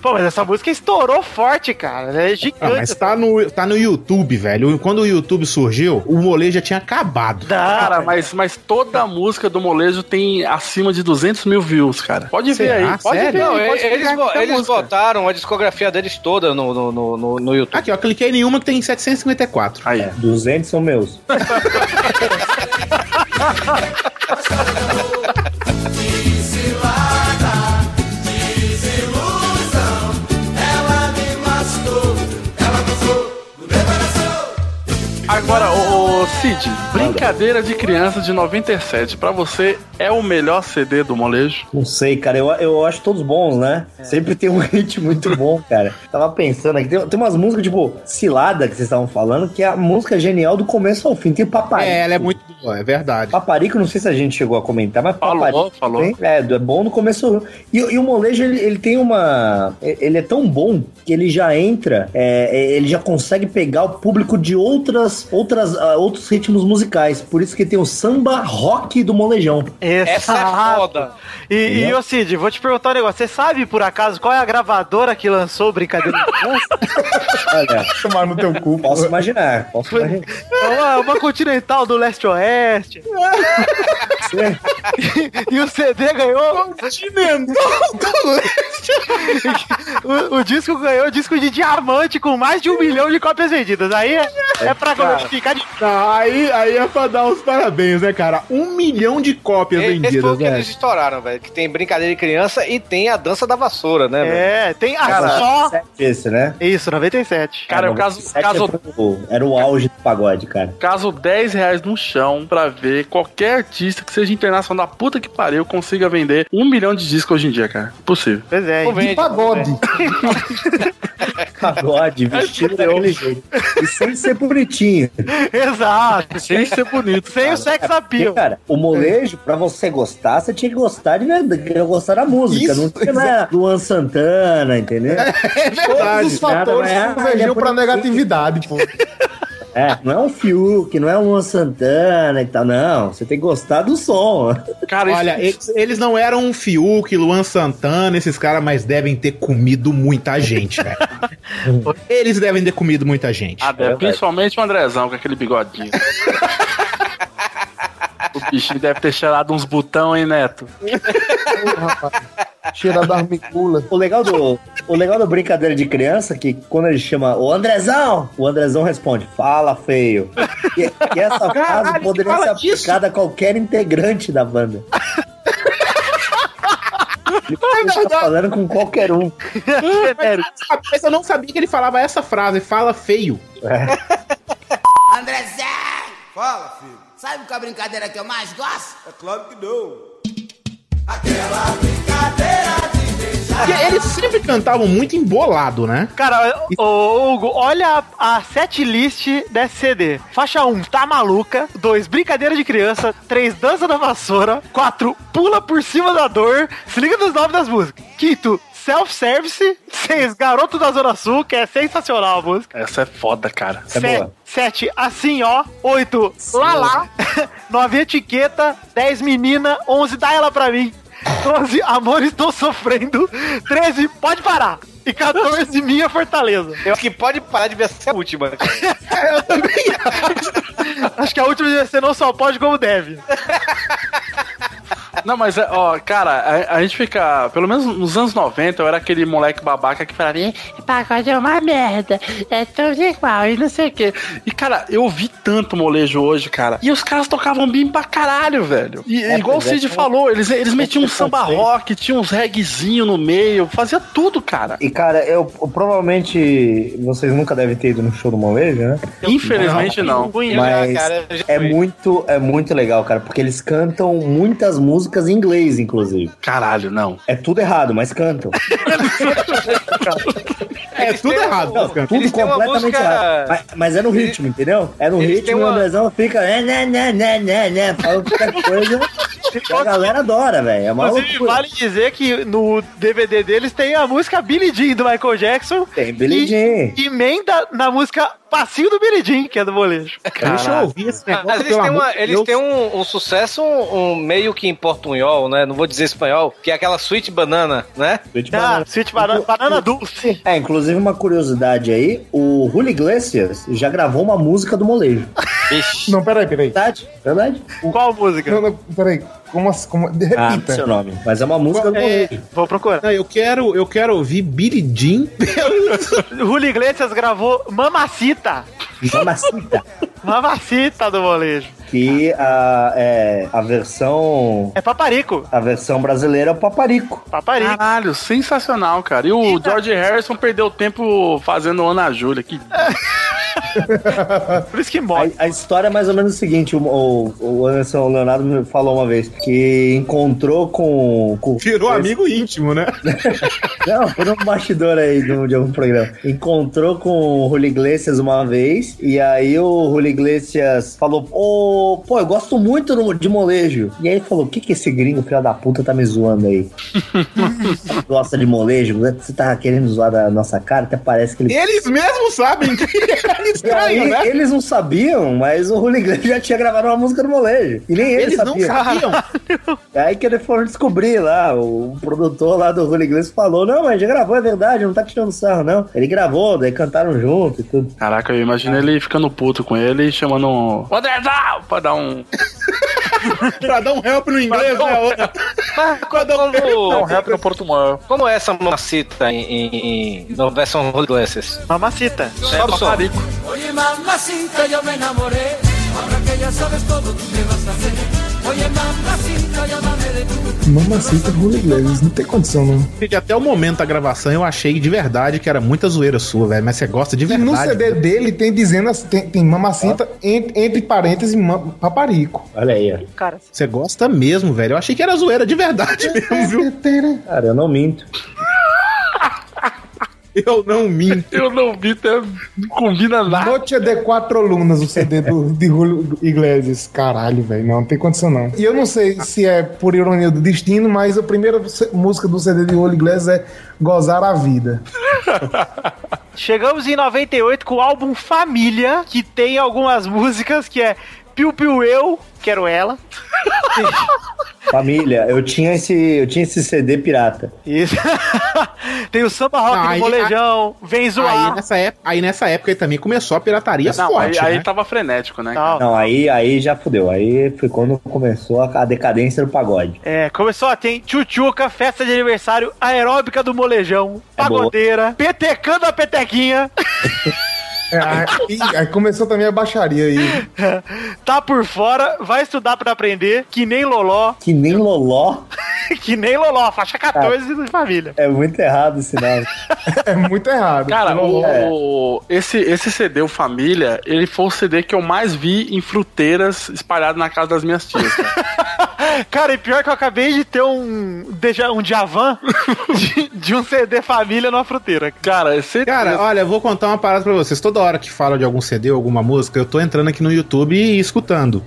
Pô, mas essa música estourou forte, cara. Ela É Ah, gigante. mas tá no, tá no YouTube, velho. Quando o YouTube surgiu, o molejo já tinha acabado. Cara, mas, mas toda a música do Molejo tem acima de 200 mil views, cara. Pode ver Será? Ah, aí. Pode Sério? ver. Não, aí, pode eles pegar bo- essa eles música. botaram a discografia deles toda no, no, no, no- no YouTube. Aqui, ó, cliquei em uma que tem 754. Aí. 200 são meus. Cilada, desilusão, ela me lascou, ela gozou. Agora, ô, ô, Cid, Brincadeira de Criança de 97, pra você é o melhor CD do Molejo? Não sei, cara. Eu, eu acho todos bons, né? Sempre tem um hit muito bom, cara. Tava pensando aqui. Tem, tem umas músicas, tipo, Cilada, que vocês estavam falando, que é a música genial do começo ao fim. Tem Paparico. É, ela é muito boa, é verdade. Paparico, não sei se a gente chegou a comentar, mas Falou, Paparico. falou. tem- é, é bom no começo. ao fim. E, e o molejo, ele, ele tem uma. Ele é tão bom que ele já entra, é, ele já consegue pegar o público de outras, outras, ah, outros ritmos musicais. Por isso que tem o samba rock do molejão. Essa é foda. E, e ô Cid, vou te perguntar um negócio. Você sabe, por acaso, qual é a gravadora que lançou o Brincadeira de Criança? Olha, tomar no teu cu. Posso imaginar, posso imaginar. É uma, uma continental do leste-oeste. é e o CD ganhou. Continental do leste o, o disco ganhou disco de diamante com mais de um milhão de cópias vendidas. Aí é, é pra Cara. glorificar de. Tá, aí, aí é pra dar os parabéns, né, cara? Um milhão de cópias E- Esse foi vendidas, né? o que eles velho. estouraram, velho. Que tem brincadeira de criança e tem a dança da vassoura, né, É, tem a só. Esse, né? Ah, Isso, 97. Cara, o caso- 97 caso- era o- é Era o auge do pagode, cara. Caso 10 reais no chão pra ver qualquer artista que seja internacional da puta que pariu consiga vender um milhão de discos hoje em dia, cara. Possível. Pois é, De De pagode. É Pagode, vestido daquele jeito. E sem ser bonitinho. Exato. Sem ser bonito. Sem o sex Porque, appeal. cara, o molejo, pra você gostar, você tinha que gostar de, de- de gostar da música. Isso, não tinha né, exato. Luan Santana, entendeu? É Todos os Nada, fatores mas, ah, ele convergiam é pra bonitinho. negatividade, pô. É, não é um Fiuk, não é um Luan Santana e tal, não. Você tem que gostar do som. Cara, Olha, eles, eles não eram um Fiuk, Luan Santana, esses caras, mas devem ter comido muita gente, velho. eles devem ter comido muita gente. Ah, deve, principalmente o Andrezão com aquele bigodinho. o bichinho deve ter cheirado uns botão, hein, Neto? Cheira da armicula. O legal do, o legal do brincadeira de criança é que quando ele chama o Andrezão, o Andrezão responde: "Fala feio". E, e essa frase poderia ser aplicada a qualquer integrante da banda. Ele poderia estar tá falando com qualquer um. é Mas eu não sabia que ele falava essa frase, fala feio. Andrezé, fala, filho. Sabe qual é a brincadeira que eu mais gosto? É claro que não. Porque eles sempre cantavam muito embolado, né? Cara, ô, Hugo, olha a, a setlist desse CD. Faixa 1, tá maluca. 2, brincadeira de criança. 3, dança da vassoura. 4, pula por cima da dor. Se liga nos nomes das músicas. Quinto, self-service. 6, garoto da Zona Sul, que é sensacional a música. Essa é foda, cara. Essa Se- Sete, assim ó. Oito, lalá. Nove, etiqueta. Dez, menina. Onze, dá ela pra mim. Doze, amor, estou sofrendo. Treze, pode parar. E 14, minha fortaleza. Eu acho que pode parar de ver essa última. Eu também acho. que a última devia ser não só pode como deve. Não, mas, é, ó, cara, a, a gente fica. Pelo menos nos anos 90, eu era aquele moleque babaca que falava, "Ih, pagode é uma merda, é tudo igual e não sei o quê. E, cara, eu vi tanto molejo hoje, cara. E os caras tocavam bim pra caralho, velho. E É, igual o pois é, tipo assim. Cid tem- falou, eles, eles tem metiam um esse samba conceito. rock, tinha uns reggaezinho no meio, fazia tudo, cara. E cara, eu, eu provavelmente vocês nunca devem ter ido no show do Molejo, né? Infelizmente, não. Mas é muito, é muito legal, cara, porque eles cantam muitas músicas em inglês, inclusive. Caralho, não. É tudo errado, mas cantam. É tudo errado. Tudo têm uma completamente música- errado. Mas, mas é no ritmo, entendeu? É no eles ritmo têm e o uma- Andrezão fica. "É, né, né, né, né, né", Fala qualquer coisa. e a galera adora, velho. É uma Inclusive, loucura. vale dizer que no DVD deles tem a música Billie Jean do Michael Jackson. Tem Billie Jean. E emenda na música Passinho do Billie Jean, que é do molejo. esse Mas Ah, eles têm, uma- eles têm um, um sucesso um, um meio que em portunhol, né? Não vou dizer espanhol, que é aquela sweet banana, né? Sweet banana, banana dulce. É, inclusive uma curiosidade aí, o Julio Iglesias já gravou uma música do molejo. Não, peraí, peraí. Verdade? Verdade? Qual música? Não, não, peraí. Como assim? Como... de- Ah, Repita. seu nome. Mas é uma música do molejo. Vou procurar. Não, eu quero, eu quero ouvir Billy Jean. Julio Iglesias gravou Mamacita. Mamacita. Mamacita do molejo. Que a, é, a versão. É paparico. A versão brasileira é o paparico. Paparico. Caralho, sensacional, cara. E o George Harrison perdeu tempo fazendo Ana Júlia. Que... Ah. Por isso que morre. A, a história é mais ou menos o seguinte: o, o, o Anderson Leonardo me falou uma vez que encontrou com. com Virou esse- amigo íntimo, né? Não, foi um bastidor aí de, um- de algum programa. Encontrou com o Julio Iglesias uma vez, e aí o Julio Iglesias falou: Ô, pô, eu gosto muito no- de molejo. E aí ele falou: o que, que esse gringo, filho da puta, tá me zoando aí? Gosta de molejo? Você tá querendo zoar da nossa cara? Até parece que ele. Eles mesmos sabem que é E aí, estranho, né? Eles não sabiam, mas o Julio Iglesias já tinha gravado uma música do molejo. E nem ele Eles não sabia. sabiam. É Aí que eles foram descobrir lá, o produtor lá do Julio Iglesias falou, não, mas já gravou, é verdade, não tá tirando sarro, não. Ele gravou, daí cantaram junto e tudo. Caraca, eu imagino ele ficando puto com ele e chamando um. Andrezal! Pra dar um. pra dar um help no inglês, né? outra? Pra dar um- Dá um rap no portunhol. Como é essa mamacita em, em, em na versão Julio Iglesias? Mamacita. Sobe o som. Oye, mamacita, yo me enamoré. Ahora que ya sabes todo, tú te vas a hacer. Oye, mamacita, llámame de tu. Mamacita Rula Iglesias, não tem condição, não. Até o momento da gravação eu achei de verdade que era muita zoeira sua, velho. Mas você gosta de E verdade. no CD dele tem dizendo assim, tem, tem mamacita entre, entre parênteses ma- paparico. Olha aí, ó. Cara. Você gosta mesmo, velho. Eu achei que era zoeira de verdade mesmo, viu? Cara, eu não minto. eu não minto. Eu não minto, é... não combina nada. Noite de quatro lunas o CD do, de Julio Iglesias. Caralho, velho, não, não tem condição não. E eu não sei se é por ironia do destino, mas a primeira se- música do CD de Julio Iglesias é Gozar a Vida. Chegamos em 98 com o álbum Família, que tem algumas músicas que é Piu Piu Eu, Quero Ela. Família, eu tinha esse, eu tinha esse CD pirata. Isso. tem o Samba Rock Não, do aí- Molejão, Vem Zoar. Aí né? nessa, época, aí nessa época ele também começou a pirataria Não, forte, aí, aí né? tava frenético, né? Não, aí, aí já fudeu. Aí foi quando começou a, a decadência do pagode. É, começou a ter Tchutchuca, festa de aniversário, aeróbica do molejão, É boa. pagodeira, petecando a petequinha, É, aí, aí começou também a baixaria aí. tá por fora, vai estudar pra aprender, que nem loló, Que nem Loló. que nem loló, É. faixa 14 de família. É muito errado esse nome. é muito errado. Cara, o, É. o- esse, esse CD, o Família, ele foi o CD que eu mais vi em fruteiras espalhado na casa das minhas tias. cara. Cara, e pior que eu acabei de ter um déjà- um Javan de, de um CD família numa fruteira. Cara, é esse Cara, olha, eu vou contar uma parada pra vocês. Toda hora que fala de algum CD ou alguma música, eu tô entrando aqui no YouTube e escutando.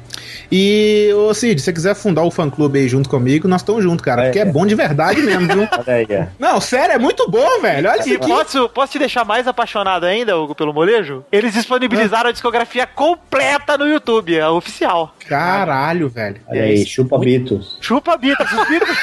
E, ô Cid, se você quiser fundar o fã-clube aí junto comigo, nós estamos juntos, cara. porque é. bom de verdade mesmo, viu? Olha aí, ó. Não, sério, é muito bom, velho. Olha isso E aqui. posso, posso te deixar mais apaixonado ainda, Hugo, pelo molejo? Eles disponibilizaram a discografia completa no YouTube, é oficial. Caralho, velho. Olha aí, chupa Beatles. Chupa Beatles, os Beatles.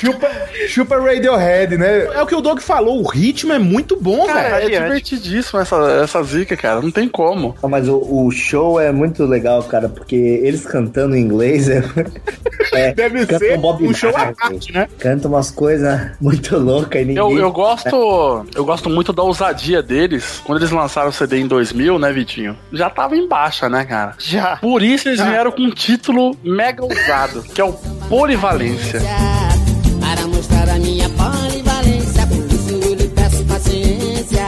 chupa, chupa Radiohead, né? É o que o Doug falou, o ritmo é muito bom, Cara, é velho. divertidíssimo essa, essa zica, cara. Não tem como. Ah, mas o, o show é muito legal, cara, porque eles cantando em inglês é. é Deve cantam ser Bob um show à Marley, parte, né? Canta umas coisas muito loucas e ninguém. Eu, eu gosto eu gosto muito da ousadia deles. Quando eles lançaram o CD em 2000, né, Vitinho? Já tava em baixa, né, cara? Já. Por isso eles vieram com um título mega ousado, que é o Polivalência. Para mostrar a minha polivalência, por isso eu lhe peço paciência.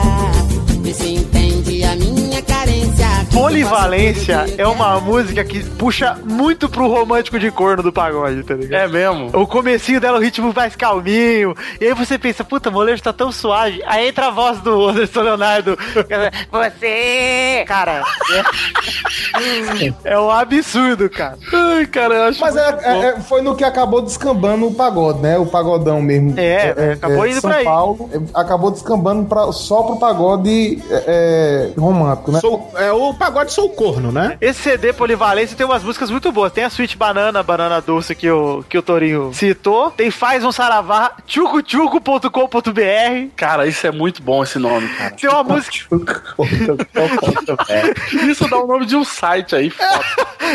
Vê se entende a minha carência. Polivalência é uma música que puxa muito pro romântico de corno do pagode, tá ligado? É mesmo. O comecinho dela, o ritmo mais calminho. E aí você pensa, puta, o molejo tá tão suave. Aí entra a voz do Anderson Leonardo. você! Cara, é, é um absurdo, cara. Ai, cara, eu acho Mas é- muito bom. é- é- foi no que acabou descambando o pagode, né? O pagodão mesmo. É, acabou indo São pra aí. Paulo, é, acabou descambando pra, só pro pagode é, é, romântico, né? Sou- é o pagode sou corno, né? Esse CD Polivalência tem umas músicas muito boas. Tem a Sweet Banana, Banana Doce que o, que o Torinho citou. Tem Faz um Saravá, tchucutchuco.com.br. Cara, isso é muito bom esse nome, cara. Tem uma música. é. Isso dá o nome de um site aí, foda.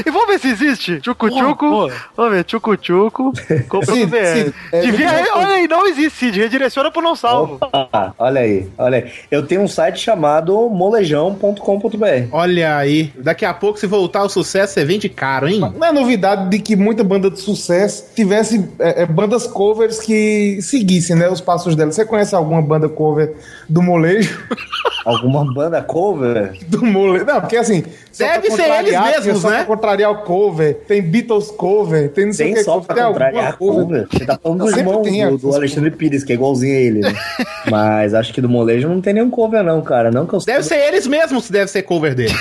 E vamos ver se existe. Pô, Tchucutchuco. Vamos ver, tchucutchuco. Cid, Cid, é, Devia. redireciona. Olha aí, não existe, Cid. Redireciona pro não salvo. Ah, olha aí, olha aí. Eu tenho um site chamado molejão.com.br. Olha aí, daqui a pouco se voltar o sucesso, você vende caro, hein? Não é novidade de que muita banda de sucesso tivesse é, é, bandas covers que seguissem né, os passos dela. Você conhece alguma banda cover do molejo? Alguma banda cover? Do molejo. Não, porque assim. só Deve pra ser contrariar, eles porque mesmos, só pra né? contrariar o cover. Tem Beatles cover, tem não sei Tem o que. só pra tem alguma contrariar cover. Você tá falando do Sempre irmão tem do, alguns do Alexandre Pires, que é igualzinho a ele, né? Mas acho que do molejo não tem nenhum cover, não, cara. Não que eu Deve ser eles mesmos que deve ser cover dele.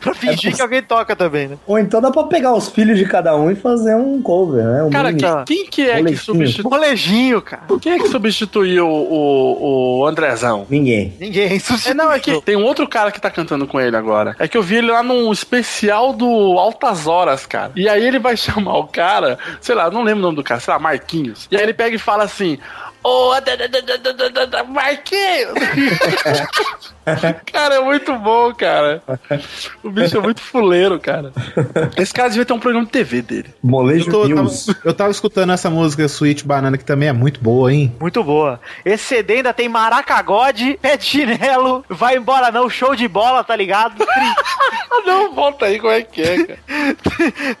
pra fingir que alguém toca também, né? Ou então dá pra pegar os filhos de cada um e fazer um cover, né? Um Cara, mini. que- quem que é que Molejinho. substituiu? Molejinho, cara. Quem é que substituiu o, o Andrezão? Ninguém. Ninguém É, substituiu. não, é que tem um outro cara que tá cantando com ele agora. É que eu vi ele lá num especial do Altas Horas, cara. E aí ele vai chamar o cara, sei lá, não lembro o nome do cara, sei lá, Marquinhos. E aí ele pega e fala assim: Ô, da- da- da- da- da- da- da- da- Marquinhos! cara, é muito bom, cara. O bicho é muito fuleiro, cara. Esse cara devia ter um programa de TV dele. Molejo eu, tô- tava, News. eu tava escutando essa música Sweet Banana, que também é muito boa, hein? Muito boa. Esse CD ainda tem Maracagode, Pé de Chinelo, Vai Embora Não, Show de Bola, tá ligado? Tri- Ah, não, volta aí, como é que é, cara?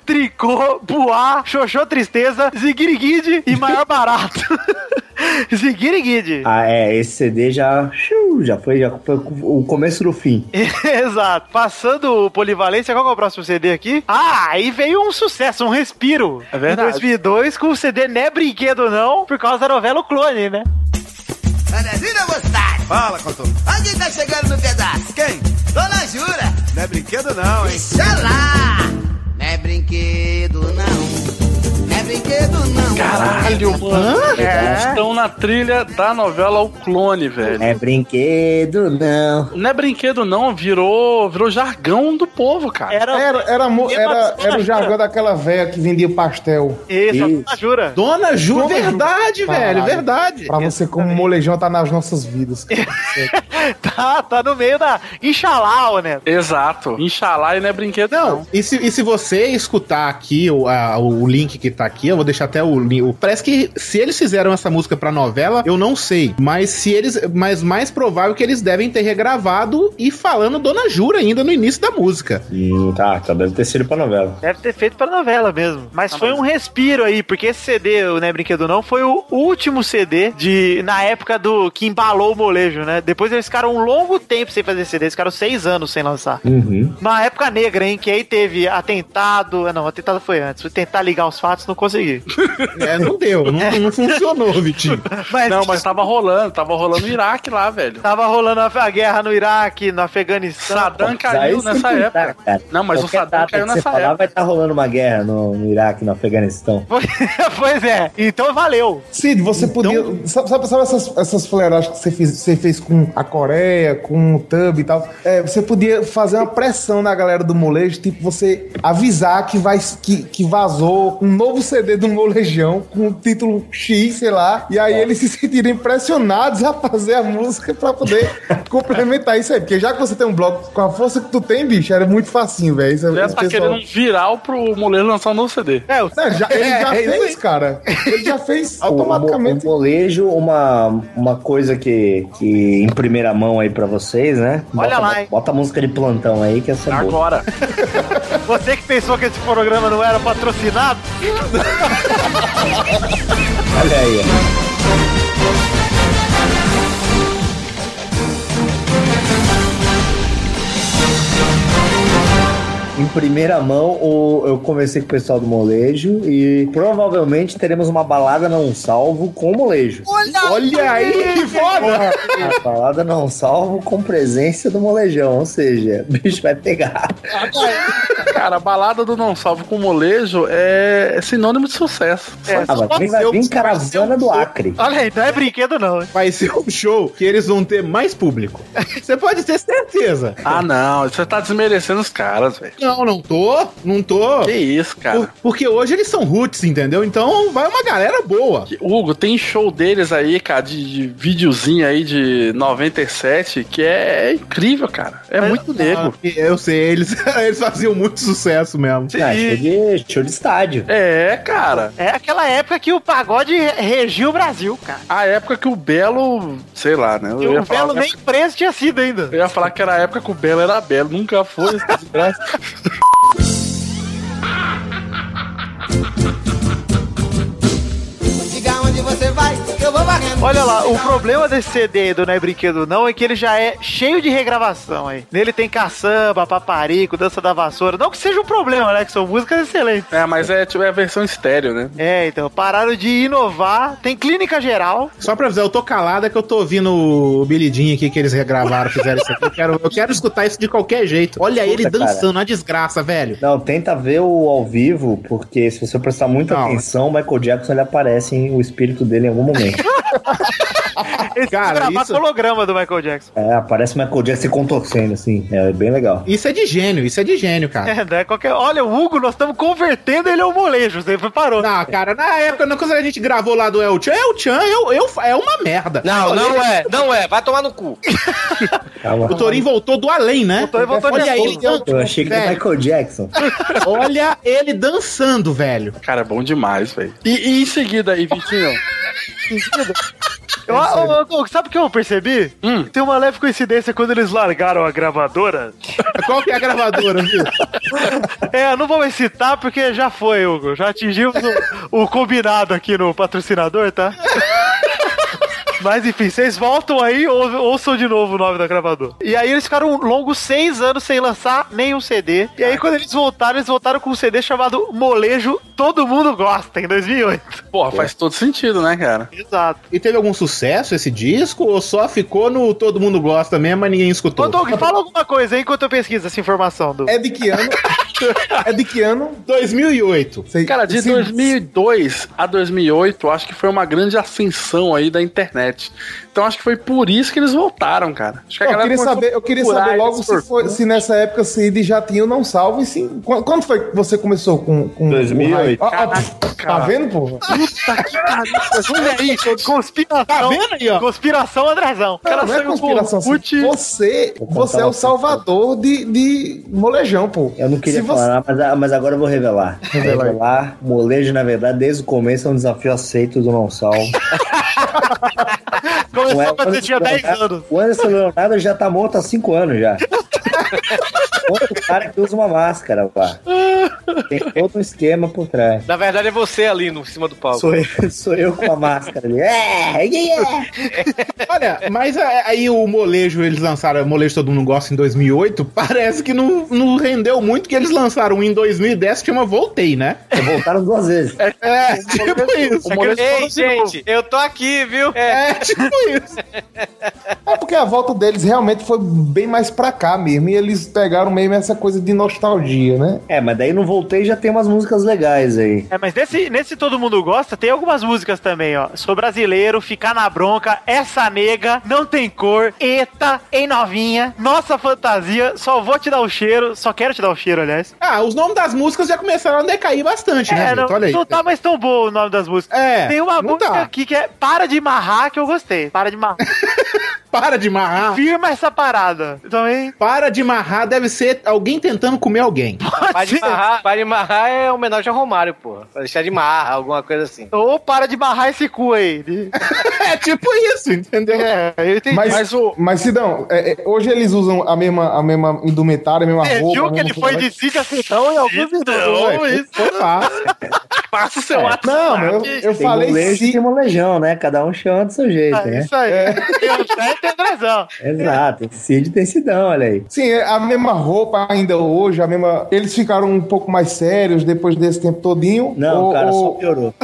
Tricô, Buá, Xoxô Tristeza, Ziguiriguide e Maior Barato. Ziguiriguide. Ah, é, esse CD já, xiu, já, foi, já foi o começo do fim. Exato. Passando o Polivalência, qual que é o próximo CD aqui? Ah, aí veio um sucesso, um respiro. É verdade. Em 2002, com o CD Né Brinquedo Não, por causa da novela O Clone, né? Andrezinho Mostarda. Fala, Cotô. Alguém tá chegando no pedaço? Quem? Dona Jura. Não é brinquedo não, hein? lá. Não é brinquedo não. Não é brinquedo não. Caralho, mano. Eles É. estão na trilha da novela O Clone, velho. É brinquedo, não. Não é brinquedo, não. Virou, virou jargão do povo, cara. Era, Era, era, mo- era, era o jargão daquela véia É que vendia pastel. Isso, Isso. Dona Jura. Dona Ju, Dona Ju. verdade, Caralho. velho, verdade. Pra você, como molejão, tá nas nossas vidas. cara. Tá, tá no meio da. Inxalau, né? Exato. Inxalá e não é brinquedo, não. E se, e se você escutar aqui o, a- o link que tá aqui, eu vou deixar até o link. Parece que se eles fizeram essa música pra novela, eu não sei. Mas se eles. Mas mais provável que eles devem ter regravado e falando Dona Jura ainda no início da música. Hum, tá, tá, deve ter sido pra novela. Deve ter feito pra novela mesmo. Mas Tá foi um respiro aí, porque esse CD, o Né Brinquedo Não, foi o último CD de. Na época do. que embalou o molejo, né? Depois eles ficaram um longo tempo sem fazer CD, eles ficaram seis anos sem lançar. Uhum. Uma época negra, hein? Que aí teve atentado. ah, Não, atentado foi antes. Foi tentar ligar os fatos no consegui. É, não deu, não, não funcionou, Vitinho. não, mas tava rolando, tava rolando no Iraque lá, velho. Tava rolando a, a guerra no Iraque, no Afeganistão. Saddam Aí caiu você nessa tem que época. tá, cara. Não, mas o Qualquer Saddam data caiu que você nessa falar, época. Vai estar rolando uma guerra no, no Iraque, no Afeganistão. pois é, então valeu. Cid, você podia. Sabe, sabe- sabe essas, essas fleragens que você fez, você fez com a Coreia, com o Tub e tal? É, você podia fazer uma pressão na galera do molejo, tipo, você avisar que, vai, que, que vazou um novo CD do molejão com o título X, sei lá, e aí eles se sentirem pressionados a fazer a música pra poder complementar isso aí. Porque já que você tem um bloco com a força que tu tem, bicho, era muito facinho, velho. Isso é- Já esse tá pessoal- querendo um viral pro Moleiro lançar um novo CD. É, o... Não, já- ele já fez, cara. Ele já fez automaticamente. O, mo- o molejo, uma, uma coisa que, que em primeira mão aí pra vocês, né? Olha Bota- lá, hein? Bota a música de plantão aí, que essa é boa. Agora. Você que pensou que esse programa não era patrocinado? Olha aí. ó. Em primeira mão, o- eu conversei com o pessoal do molejo e provavelmente teremos uma balada não salvo com o molejo. Olha, aí, que foda! A balada não salvo com presença do molejão, ou seja, o bicho vai pegar. Cara, a balada do Não Salvo com Molejo é, é sinônimo de sucesso. É, Ah, mas também vai um vir caravana do Acre. Olha aí, não é brinquedo, não. Vai ser um show que eles vão ter mais público. Você pode ter certeza. Ah, não, você tá desmerecendo os caras, velho. Não, não tô, não tô. Que isso, cara. Por- porque hoje eles são roots, entendeu? Então vai uma galera boa. Hugo, tem show deles aí, cara, de, de videozinho aí de 97, que é, incrível, cara. É muito nego. Ah, Eu sei, eles, eles faziam muito sucesso mesmo. Ah, show, de, show de estádio. É, cara. É aquela época que o pagode regiu o Brasil, cara. A época que o Belo, sei lá, né? Eu E ia o falar Belo que- nem preso tinha sido ainda. Eu ia falar que era a época que o Belo era Belo, nunca foi essa desgraça. Diga onde você vai, que eu vou varrendo. Olha lá, o problema desse CD do Não é Brinquedo Não é que ele já é cheio de regravação aí. Nele tem caçamba, paparico, dança da vassoura. Não que seja um problema, né? Que são músicas excelentes. É, mas é tipo é a versão estéreo, né? É, então, pararam de inovar. Tem clínica geral. Só pra avisar, eu tô calada que eu tô ouvindo o Billy Jean aqui que eles regravaram, fizeram isso aqui. Eu quero, eu quero escutar isso de qualquer jeito. Olha ele Puta, dançando, cara. uma desgraça, velho. Não, tenta ver o ao vivo, porque se você prestar muita atenção, o Michael Jackson ele aparece em o espírito dele em algum momento. Eles Cara, gravar isso- holograma do Michael Jackson. é, aparece o Michael Jackson se contorcendo, assim. É bem legal. Isso é de gênio, isso é de gênio, cara. É, não é qualquer... Olha, o Hugo, nós estamos convertendo ele ao molejo. Você preparou. Ah, cara, na época, não, quando a gente gravou lá do El Chan, El Chan eu, eu, é uma merda. Não, não Ele- é, não é. Vai tomar no cu. O Torin voltou do além, né? Voltou, voltou de Olha novo. ele dan- Eu achei que era Velho. Michael Jackson. Olha ele dançando, velho. Cara, é bom demais, velho. E, e em seguida aí, Vitinho? é Eu- eu- eu- sabe o que eu percebi? Hum. Tem uma leve coincidência quando eles largaram a gravadora. Qual que é a gravadora, viu? É, eu não vou mais citar porque já foi, Hugo. Já atingimos o, o combinado aqui no patrocinador, tá? Mas enfim, vocês voltam aí ou ouçam de novo o nome da gravadora. E aí eles ficaram longos seis anos sem lançar nenhum CD. E É. aí quando eles voltaram, eles voltaram com um CD chamado Molejo Todo Mundo Gosta, em 2008. Porra, faz todo sentido, né, cara? Exato. E teve algum sucesso esse disco ou só ficou no Todo Mundo Gosta mesmo, mas ninguém escutou? Ô Doug, fala alguma coisa aí enquanto eu pesquiso essa informação, Doug. É de que ano? é de que ano? 2008. Sei- Cara, de se- 2002 a 2008, acho que foi uma grande ascensão aí da internet. Então acho que foi por isso que eles voltaram, cara. Acho que Eu queria, começou a saber, eu queria procurar saber logo eles se, por- foi- se nessa época o Cid já tinha o Não Salvo e sim. Qu- Quando foi que você começou com. com 2008. com o hype? Ó, ó, tá vendo, porra? Puta que pariu, mas olha aí. Conspiração. Tá vendo aí, ó? Conspiração, Andrezão. um Não, não é conspiração. assim. Você, você é o salvador de, de molejão, pô. Eu não queria Se você- falar, mas, ah, mas agora eu vou revelar. Vou Revela aí. revelar. Molejo, na verdade, desde o começo é um desafio aceito do não salvo. Começou quando O você Anderson é, tinha 10 Leonardo- anos. O Anderson Leonardo já tá morto há 5 anos já. Outro cara que usa uma máscara lá. Tem todo um esquema por trás. Na verdade é você ali no em cima do palco. Sou eu, sou eu com a máscara ali. É, yeah. Olha, mas a- aí o molejo, eles lançaram, o molejo todo mundo gosta em 2008, parece que não, não rendeu muito, que eles lançaram um em 2010 que chama Voltei, né? Voltaram duas vezes. É, é, tipo isso. é Ei, gente, eu tô aqui, viu? É, tipo isso. É porque a volta deles realmente foi bem mais pra cá mesmo. E eles pegaram mesmo essa coisa de nostalgia, né? É, mas daí não voltei já tem umas músicas legais aí. É, mas nesse, nesse Todo Mundo Gosta tem algumas músicas também, ó. Sou brasileiro, ficar na bronca, essa nega, não tem cor, eta, ei novinha, nossa fantasia, só vou te dar o cheiro, só quero te dar o cheiro, aliás. Ah, os nomes das músicas já começaram a decair bastante, né, É, gente? não, Olha aí. não tá mais tão bom o nome das músicas. É, Tem uma não música tá. aqui que é Para de Marrar, que eu gostei. Para de Marrar. Para de marrar. Firma essa parada. Também. Para de marrar deve ser alguém tentando comer alguém. Para de marrar, para de marrar é homenagem ao Romário, porra. Pra deixar de marra, alguma coisa assim. Ou para de barrar esse cu aí. é tipo isso, entendeu? É, eu entendi. Mas, mas, Sidão, é, é, hoje eles usam a mesma, a mesma indumentária, a mesma Você roupa. viu a que mesma ele foi coisa. né? de sítio a sertão em alguns Então, Ué, minutos. né? Foi fácil. Passa o seu É. WhatsApp. Não, mas eu, eu Tem um falei molejo sim. Ah, e tem molejão, né? Cada um chama do seu jeito, É né? isso aí. Eu já tenho razão. Exato. Cid tem Sidão, olha aí. Sim, é a mesma roupa ainda hoje, a mesma. Eles ficaram um pouco mais sérios depois desse tempo todinho. Não, Ou- cara, só ou- piorou.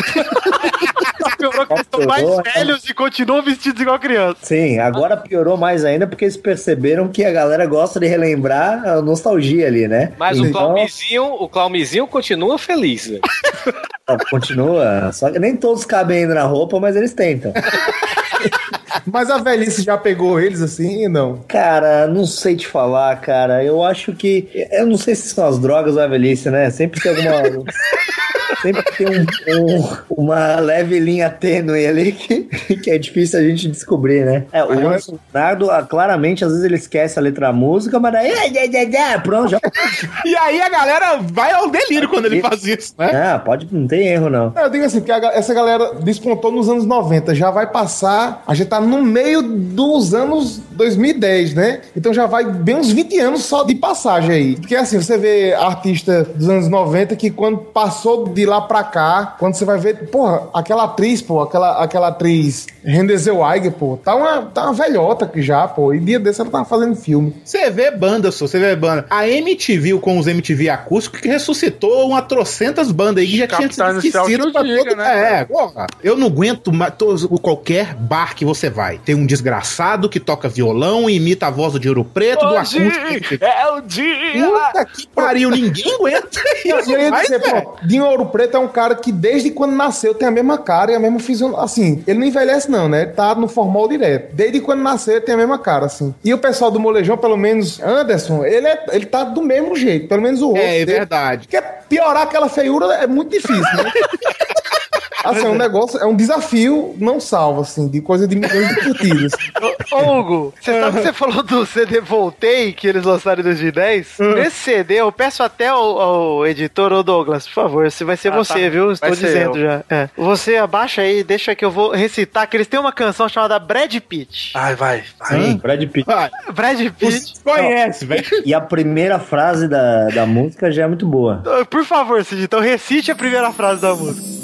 Piorou que eles estão Piorou. mais velhos e continuam vestidos igual criança. Sim, agora piorou mais ainda porque eles perceberam que a galera gosta de relembrar a nostalgia ali, né? Mas o então, Claumizinho, o Claumizinho continua feliz, velho. continua. Só que nem todos cabem ainda na roupa, mas eles tentam. Mas a velhice já pegou eles assim, não? Cara, não sei te falar, cara. Eu acho que. Eu não sei se são as drogas ou a velhice, né? Sempre tem alguma. Sempre tem um- um- uma leve linha tênue ali que, que é difícil a gente descobrir, né? É, o Wilson Leonardo, ah, claramente, às vezes ele esquece a letra da música, mas daí. é, é, é, é, Pronto, já. E aí a galera vai ao delírio quando ele faz isso, né? Ah, pode, não tem erro, não. Eu digo assim, porque a ga- essa galera despontou nos anos 90, já vai passar. A gente tá no meio dos anos 2010, né? Então já vai bem uns 20 anos só de passagem aí. Porque assim, você vê artista dos anos 90 que quando passou de lá pra cá, quando você vai ver, porra, aquela atriz, pô, aquela, aquela atriz Renée Zellweger, pô, tá uma, tá uma velhota que já, pô. E dia desse ela tava fazendo filme. Você vê banda, só, você vê banda. A MTV com os MTV acústicos que ressuscitou uma trocentas bandas aí que já tinha sido Capitães do Céu esquecido que pra eu diga, todo... né? É, porra. Eu não aguento ma- todos- qualquer bar que você vai. Tem um desgraçado que toca violão e imita a voz do de Ouro Preto, do Hoje acústico. É o dia! Puta que pariu, ninguém aguenta isso. Eu ia mais, dizer, velho. pô, Dinho Ouro Preto é um cara que desde quando nasceu tem a mesma cara e a mesma fisionomia. Assim, ele não envelhece, não, né? Ele tá no formal direto. Desde quando nasceu ele tem a mesma cara, assim. E o pessoal do Molejão, pelo menos Anderson, ele, é, ele tá do mesmo jeito, pelo menos o rosto. É, é dele. verdade. Porque piorar aquela feiura é muito difícil, né? Assim, é um negócio, é um desafio não salvo, assim, de coisa de milhões de curtidas. Ô, Hugo, você sabe que você falou do CD Voltei, que eles lançaram em 2010? Nesse CD, eu peço até ao, ao editor, ô Douglas, por favor, se vai ser Ah, você, tá. viu? Estou Vai ser dizendo eu. já. É. Você abaixa aí, deixa que eu vou recitar, que eles têm uma canção chamada Brad Pitt. Ai, vai. Sim, Brad Pitt. Brad Pitt. Conhece, velho. E a primeira frase da, da música já é muito boa. Por favor, Cid, então recite a primeira frase da música.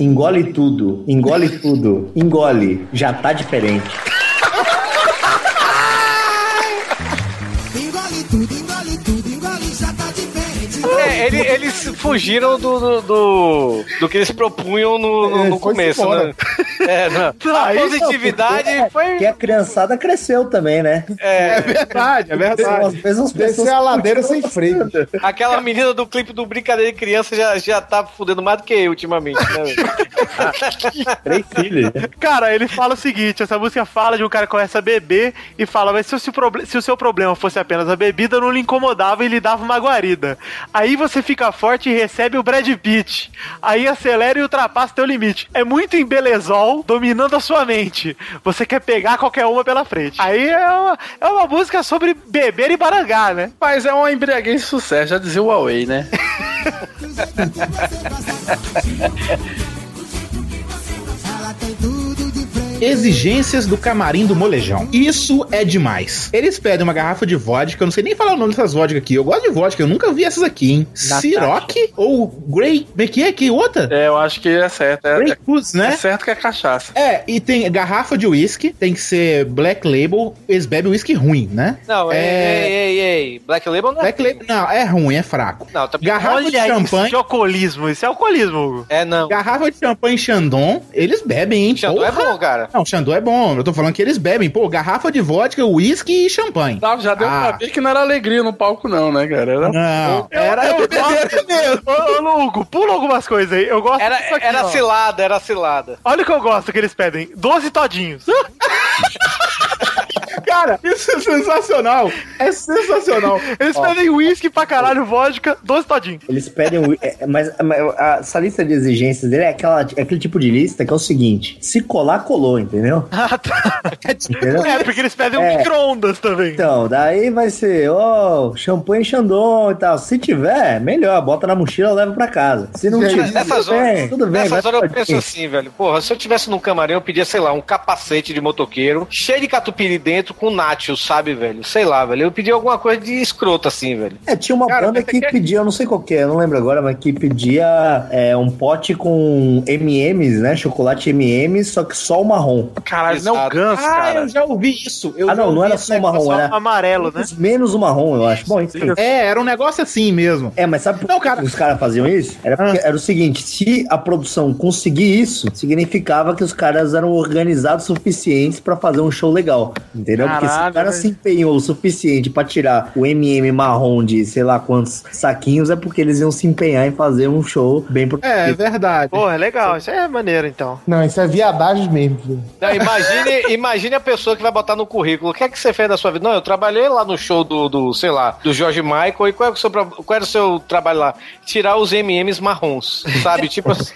Engole tudo, engole tudo, engole. Já tá diferente. Engole tudo, engole tudo, engole, já tá diferente. É, ele- eles fugiram do, do, do, do que eles propunham no, no- no começo, embora. né? É, não. A positividade Não, porque- foi. Que a criançada cresceu também, né? É, verdade, é São as mesmas pessoas. Descer a ladeira sem freio. Aquela menina do clipe do Brincadeira de Criança já, já tá fudendo mais do que eu ultimamente, né? Três filhos. Cara, ele fala o seguinte: essa música fala de um cara que começa a beber e fala, mas se o, seu proble- se o seu problema fosse apenas a bebida, eu não lhe incomodava e lhe dava uma guarida. Aí você fica forte e recebe o Brad Pitt. Aí acelera e ultrapassa teu limite. É muito embelezol dominando a sua mente. Você quer pegar qualquer uma pela frente. Aí é uma, é uma música sobre beber e barangar, né? Mas é uma embriaguez de sucesso, já dizia o Huawei, né? Ela tem tudo de frente. Exigências do camarim do molejão. Isso é demais. Eles pedem uma garrafa de vodka, eu não sei nem falar o nome dessas vodka aqui. Eu gosto de vodka, eu nunca vi essas aqui, hein? Siroc ou Grey. Como é que é? Que outra? É, eu acho que é certo. É, Grey é- Goose, né? é certo que é cachaça. É, e tem garrafa de uísque, tem que ser black label, eles bebem uísque ruim, né? Não, é. ei, ei, ei, ei. Black Label não é. Black label, não, é ruim, é fraco. Não, tá Garrafa de champanhe. Isso é alcoolismo, isso é alcoolismo, Hugo. É, não. Garrafa de champanhe Chandon, eles bebem, hein? Chandon é bom, cara. Não, Chandon é bom, eu tô falando que eles bebem. Pô, garrafa de vodka, uísque e champanhe. Tá, já deu pra ver que não era alegria no palco, não, né, cara? Era... Não. Era eu bebedeira gosto- Ô, ô, Hugo, pula algumas coisas aí. Eu gosto Era, disso aqui, era ó. cilada, era cilada. Olha o que eu gosto que eles pedem: 12 todinhos. Cara, isso é sensacional. É sensacional. Eles Ó. pedem uísque pra caralho, vodka, 12 todinhos. Eles pedem. o- é, mas mas a- essa lista de exigências dele é, aquela, é aquele tipo de lista que é o seguinte: se colar, colou, entendeu? Ah, tá. tipo Entendeu? É, porque eles pedem um É. micro-ondas também. Então, daí vai ser, ó, champanhe Chandon e tal. Se tiver, melhor, bota na mochila leva pra casa. Se não tiver, Nessas tudo bem, é, horas, tudo bem. vai nessas horas eu pra penso quem? assim, velho. Porra, se eu tivesse num camarim, eu pedia, sei lá, um capacete de motoqueiro, cheio de catupiry dentro, com nacho, sabe, velho? Sei lá, velho. Eu pedia alguma coisa de escroto, assim, velho. É, tinha uma banda que pedia, eu não sei qual que é, eu não lembro agora, mas que pedia é, um pote com MMs, né? Chocolate MMs, só que só o marrom. Caralho, não é o Guns, ah, eu já ouvi isso. Eu ah, já não, não ouvi era esse só o marrom, negócio era. Amarelo, né? Menos o marrom, eu acho. Bom, enfim. É, era um negócio assim mesmo. É, mas sabe por que os caras faziam isso? Era, porque Ah. era o seguinte: se a produção conseguir isso, significava que os caras eram organizados suficientes pra fazer um show legal. Entendeu? porque se o Caralho, cara velho. se empenhou o suficiente pra tirar o MM marrom de sei lá quantos saquinhos, é porque eles iam se empenhar em fazer um show bem pro. É verdade. Porra, é legal, isso é maneiro então. Não, isso é viadagem mesmo. filho. Não, imagine, imagine a pessoa que vai botar no currículo. O que é que você fez da sua vida? Não, eu trabalhei lá no show do, do sei lá, do George Michael. E qual, é o seu, pra- qual era o seu trabalho lá? Tirar os MMs marrons, sabe? tipo assim.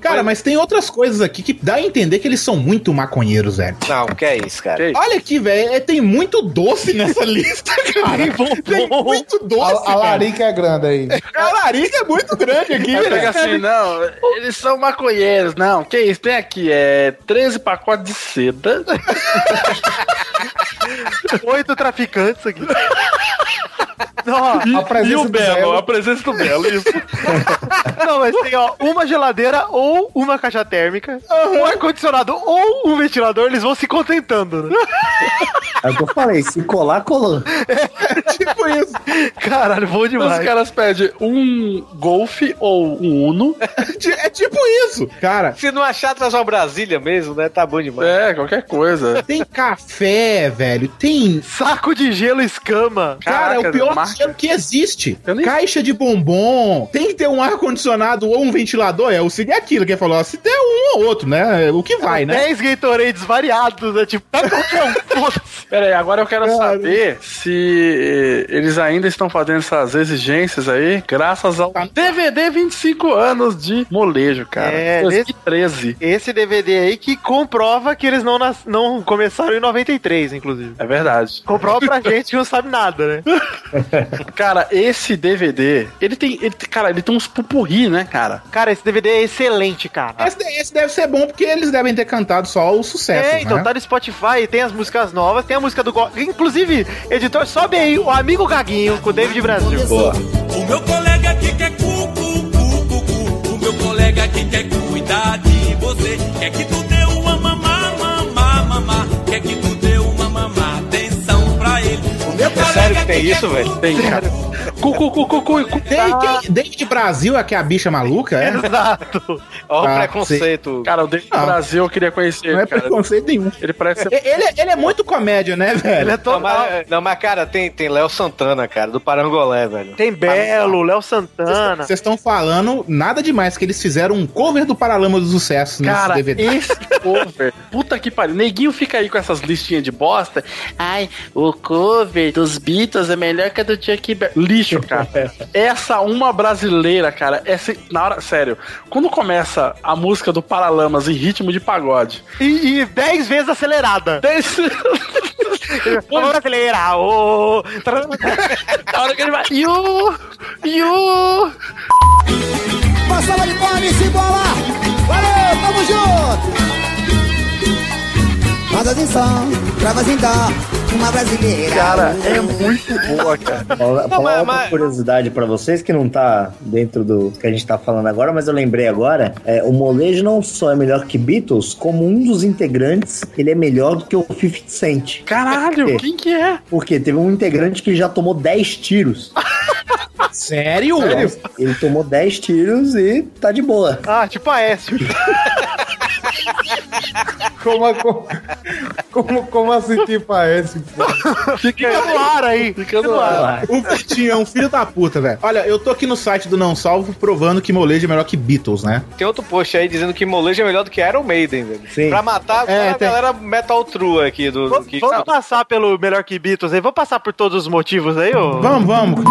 Cara, mas tem outras coisas aqui que dá a entender que eles são muito maconheiros, velho. Não, que é isso, cara. Olha aqui, velho, é- tem muito doce nessa lista, cara. Tem muito doce, A, a cara. larica é grande aí. A larica é muito grande aqui, Aí pega né? assim, não, eles são maconheiros, não. Que isso? Tem aqui, é 13 pacotes de seda. Oito traficantes aqui. Não, E- ó, e o Belo, a presença do Belo, isso. Não, mas tem, ó, uma geladeira ou uma caixa térmica, um ar-condicionado ou um ventilador, eles vão se contentando, né? É o que eu falei: se colar, colou. É tipo isso. Caralho, bom demais. Os caras pedem um golfe ou um Uno. é tipo isso, cara. Se não achar, traz uma Brasília mesmo, né? Tá bom demais. É, qualquer coisa. Tem café, velho. Tem. Saco de gelo escama. Cara, é o pior gelo que existe. Caixa de bombom. Tem que ter um ar-condicionado ou um ventilador. É o seria aquilo que ele falou. ó, Se der um ou outro, né? O que vai, né? 10 Gatorades variados, né? Tipo, pega qualquer um, foda-se. Pera aí, agora eu quero saber se eh, eles ainda estão fazendo essas exigências aí, graças ao Tá. DVD 25 anos de molejo, cara. É, 2013. Esse DVD aí que comprova que eles não, nas- não começaram em 93, inclusive. É verdade. Comprova pra gente que não sabe nada, né? Cara, esse DVD, ele tem, ele, tem- cara, ele tem uns pupurri, né, cara? Cara, esse DVD é excelente, cara. Esse, esse deve ser bom porque eles devem ter cantado só o sucesso. É, então né? tá no Spotify, tem as músicas novas, tem a música do. Go- Inclusive, editor, sobe aí o Amigo Gaguinho com o David Brasil. Boa. O meu colega aqui quer cu, cu, cu, cu, cu. O meu colega aqui quer cuidar de você. Quer que tu dê uma mamá, mamá, mamá. Quer que tu dê uma mamá. Atenção pra ele. O meu É sério que tem isso, velho? Tem, cara. Cu, cu, cu, cu, cu, cu. Tem- quem- David Brasil é que é a bicha maluca, é? Exato. Ó, o Ah, preconceito. Cara, o David Ah. Brasil eu queria conhecer. Não é cara. preconceito nenhum. Ele parece ser. E- Ele, ele é muito comédia, né, velho? é Não, mas, não, mas, cara, tem, tem Léo Santana, cara, do Parangolé, velho. Tem Belo, Léo Santana. Vocês estão falando nada demais que eles fizeram um cover do Paralama do Sucesso Cara, nesse DVD. esse cover. Puta que pariu. Neguinho fica aí com essas listinhas de bosta. Ai, o cover dos Beatles é melhor que a do Chuck Berry. Lixo, cara. Essa uma brasileira, cara. Essa, na hora, sério. Quando começa a música do Paralamas em ritmo de pagode. E, e 10 vezes acelerada. Dez... Ô, brasileira, ô. na hora que ele vai. Iu! Iu! Passava de palma em bola. Valeu, tamo junto. só, provas em dó, uma brasileira. Cara, é muito boa, cara. Falar uma curiosidade pra vocês que não tá dentro do que a gente tá falando agora, mas eu lembrei agora, é, o Molejo não só é melhor que Beatles, como um dos integrantes, ele é melhor do que o 50 Cent. Caralho, quem que é? Porque teve um integrante que já tomou 10 tiros. Sério? Ele tomou 10 tiros e tá de boa. Ah, tipo a S. Como, a- co- como, como assim, tipo a esse? Fica no ar aí. Fica no ar. O Vitinho é um filho da puta, velho. Olha, eu tô aqui no site do Não Salvo provando que molejo é melhor que Beatles, né? Tem outro post aí dizendo que molejo é melhor do que Iron Maiden, velho. Sim. Pra matar a galera metal true aqui do. do que... tá- Vamos passar pelo melhor que Beatles aí. Vamos passar por todos os motivos aí, ô? Vamos, vamos.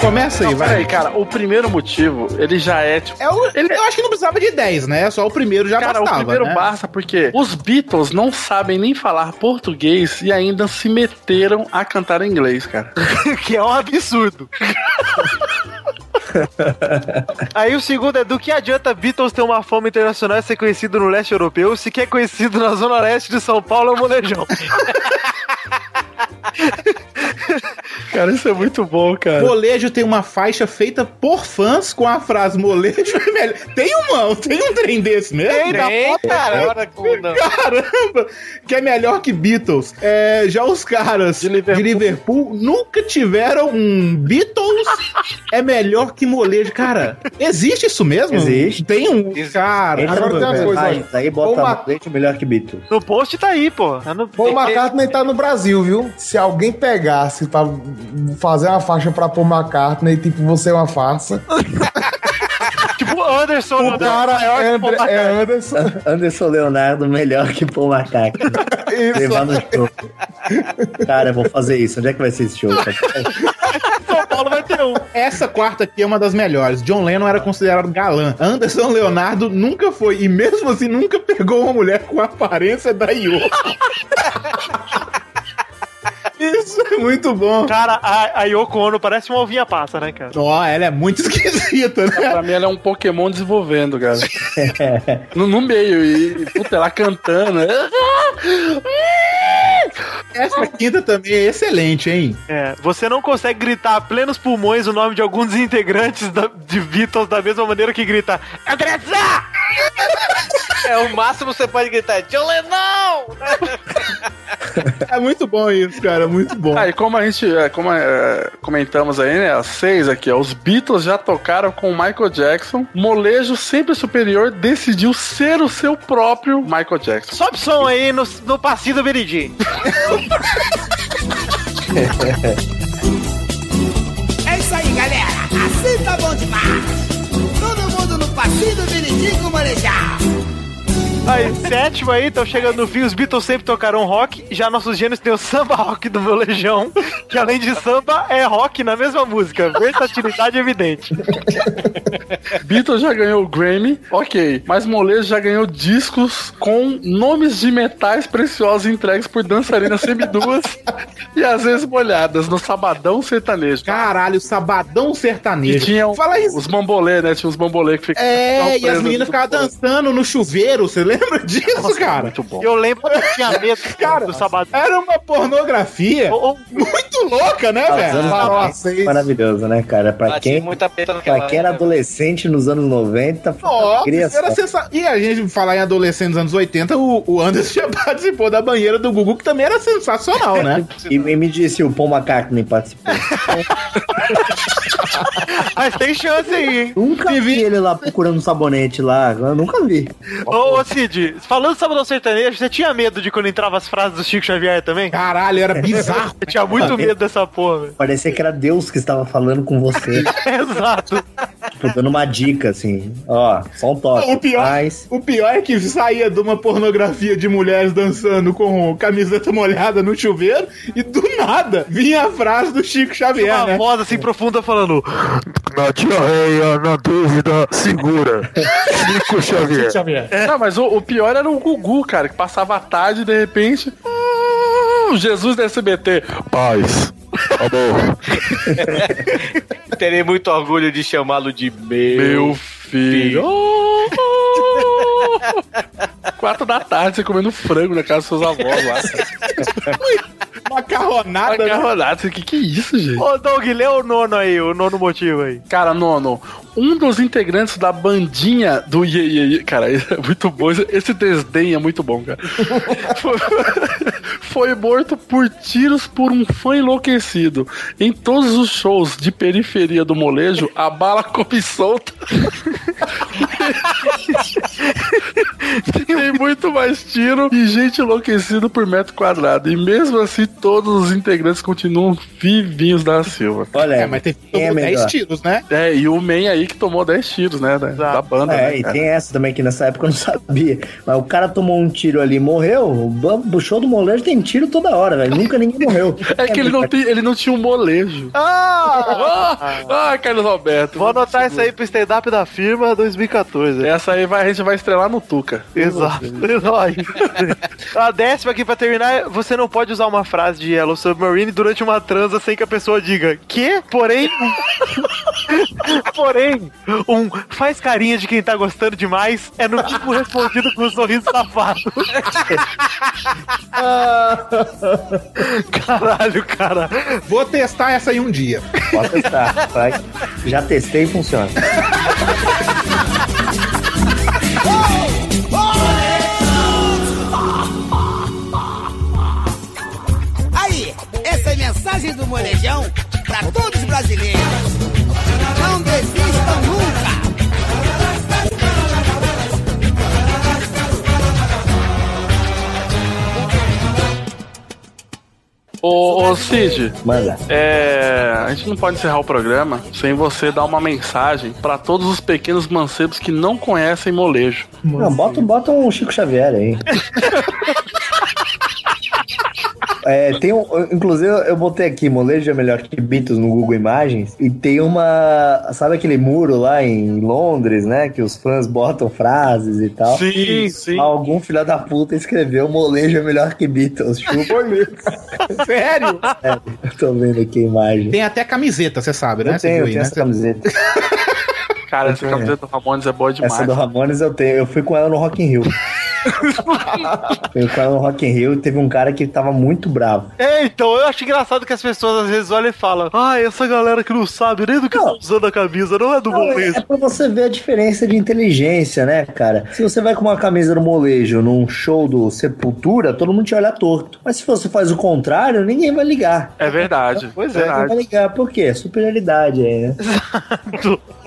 Começa aí, vai. Peraí, cara, o primeiro motivo, ele já é tipo. eu acho que não precisava de 10, né? Só o primeiro já Cara, bastava. o primeiro né? basta porque os Beatles não sabem nem falar português e ainda se meteram a cantar em inglês, cara. que é um absurdo. Aí o segundo é do que adianta Beatles ter uma fama internacional e ser conhecido no leste europeu se quer conhecido na zona leste de São Paulo é o molejão. Cara, isso é muito bom, cara. Molejo tem uma faixa feita por fãs com a frase molejo é melhor. Tem uma, tem um trem desse mesmo? Tem, tem, cara, olha como não. Caramba, que é melhor que Beatles. É, já os caras de Liverpool. nunca tiveram um Beatles é melhor que molejo. Cara, existe isso mesmo? Existe. Tem um. Cara, Entra agora no tem uma coisa. Versailles, olha. Aí Ou bota uma- Molejo melhor que Beatles. No post tá aí, pô. Tá no... Paul McCartney tá no Brasil, viu? Se alguém pegasse pra fazer uma faixa pra Paul McCartney, tipo, você é uma farsa. Tipo Anderson. O cara é, André- é Anderson. Anderson Leonardo melhor que Paul McCartney. Levar no show. Cara, eu vou fazer isso. Onde é que vai ser esse show? São Paulo vai ter um. Essa quarta aqui é uma das melhores. John Lennon era considerado galã. Anderson Leonardo nunca foi. E mesmo assim, nunca pegou uma mulher com a aparência da Io. Isso é muito bom. Cara, a, a Yoko Ono parece uma ovinha passa, né, cara? Ó, ela é muito esquisita, né? Pra mim, ela é um Pokémon desenvolvendo, cara. no, no meio, e, puta, ela cantando. Essa quinta também é excelente, hein? É, você não consegue gritar a plenos pulmões o nome de alguns integrantes da- de Beatles da mesma maneira que gritar Andrezá! É o máximo que você pode gritar, John Lennon! É muito bom isso, cara. Muito bom. Ah, e como a gente é, como, é, comentamos aí, né? As seis aqui, ó. Os Beatles já tocaram com o Michael Jackson. Molejo sempre superior decidiu ser o seu próprio Michael Jackson. Sobe som aí no, no passinho do Beridim. É isso aí, galera. Assim tá bom demais. Todo mundo no passinho do Benedinho com Marejal. Aí, sétimo aí, estão chegando no fim, os Beatles sempre tocaram rock, já nossos gênios têm o samba rock do meu legião, que além de samba, é rock na mesma música. Versatilidade evidente. Beatles já ganhou o Grammy, ok. Mas Molejo já ganhou discos com nomes de metais preciosos entregues por dançarinas semiduas e às vezes molhadas no Sabadão Sertanejo. Caralho, Sabadão Sertanejo. E tinha um- Fala isso. os bambolê, né? Tinha os bambolê que ficavam É, e as presos meninas no- ficavam dançando no chuveiro, você lembra disso, cara? Muito bom. Eu lembro que eu tinha medo cara, do sabadão. Era uma pornografia muito louca, né, Os anos velho? Nossa. 90 maravilhoso, né, cara? Pra quem, pra quem era né? então. adolescente nos anos 90, foi uma Nossa, cria era só. sensa... E a gente falar em adolescente dos anos 80, o, o Anderson já participou da banheira do Gugu, que também era sensacional, né? E, e me disse, o Paul McCartney participou. Mas tem chance aí, hein? Nunca vi ele lá procurando um sabonete lá. Eu nunca vi. Ô, ô, Cid, falando de Sabadão Sertanejo, você tinha medo de quando entrava as frases do Chico Xavier também? Caralho, era bizarro. Eu tinha muito medo dessa porra, velho. Parecia que era Deus que estava falando com você. Exato. Tô dando uma dica, assim. Ó, só um toque. O pior, Mas... o pior é que saía de uma pornografia de mulheres dançando com camiseta molhada no chuveiro e do nada vinha a frase do Chico Xavier, Uma né? voz assim profunda falando. Na diarreia, na dúvida, segura. Chico Xavier. É. Não, mas o, o pior era o Gugu, cara, que passava a tarde e de repente. Hum, Jesus da SBT. Paz. Amor. Terei muito orgulho de chamá-lo de meu, Meu filho. Quatro da tarde, você comendo frango na casa dos seus avós lá. Macarronada. Macarronada. Que que é isso, gente? Ô, Doug, lê o nono aí, o nono motivo aí. Cara, nono, um dos integrantes da bandinha do Iê, Iê, Iê- Cara, isso é muito bom. Esse- Esse desdém é muito bom, cara. Foi, foi morto por tiros por um fã enlouquecido. Em todos os shows de periferia do molejo, a bala come solta. Tem muito mais tiro e gente enlouquecida por metro quadrado. E mesmo assim, todos os integrantes continuam vivinhos da Silva. Olha, é, mas tem que tomou é melhor. 10 tiros, né? É, e o Man aí que tomou 10 tiros, né? Da, da banda. É, né, e cara? tem essa também que nessa época eu não sabia. Mas o cara tomou um tiro ali e morreu. O ban- O show do molejo tem tiro toda hora, velho. Nunca ninguém morreu. É que ele não, tem, ele não tinha um molejo. Ah! Ah, Carlos Alberto. Vou anotar isso aí pro stand-up da firma 2014. Essa aí vai, a gente vai estrelar no Tuca. Exato. Aí. a décima aqui pra terminar, você não pode usar uma frase de Yellow Submarine durante uma transa sem que a pessoa diga que, porém. porém, um faz carinha de quem tá gostando demais é no tipo respondido com um sorriso safado. Caralho, cara. Vou testar essa aí um dia. Pode testar, vai. Já testei e funciona. Aí, essa é a mensagem do molejão pra todos os brasileiros. Não desistam nunca. Ô, ô Cid, Manda. É, a gente não pode encerrar o programa sem você dar uma mensagem pra todos os pequenos mancebos que não conhecem molejo. Não, bota, bota um Chico Xavier aí. É, tem um, inclusive, eu botei aqui, molejo é melhor que Beatles no Google Imagens, e tem uma. Sabe aquele muro lá em Londres, né? Que os fãs botam frases e tal. Sim, sim. Algum filho da puta escreveu molejo é melhor que Beatles. Chupa mesmo. Sério? É, eu tô vendo aqui a imagem. Tem até camiseta, você sabe, né? Eu Você viu tenho, eu aí, tenho né? essa camiseta. Cara, essa camiseta do Ramones é boa demais. Essa do Ramones eu tenho. Eu fui com ela no Rock in Rio. Fui com ela no Rock in Rio e teve um cara que tava muito bravo. É, então, eu acho engraçado que as pessoas às vezes olham e falam: Ah, essa galera que não sabe nem do que tá usando a camisa, não é do Não, é, molejo. é pra você ver a diferença de inteligência, né, cara? Se você vai com uma camisa do molejo num show do Sepultura, todo mundo te olha torto. Mas se você faz o contrário, ninguém vai ligar. É verdade. Pois Ninguém vai ligar. Por quê? Superioridade aí, né?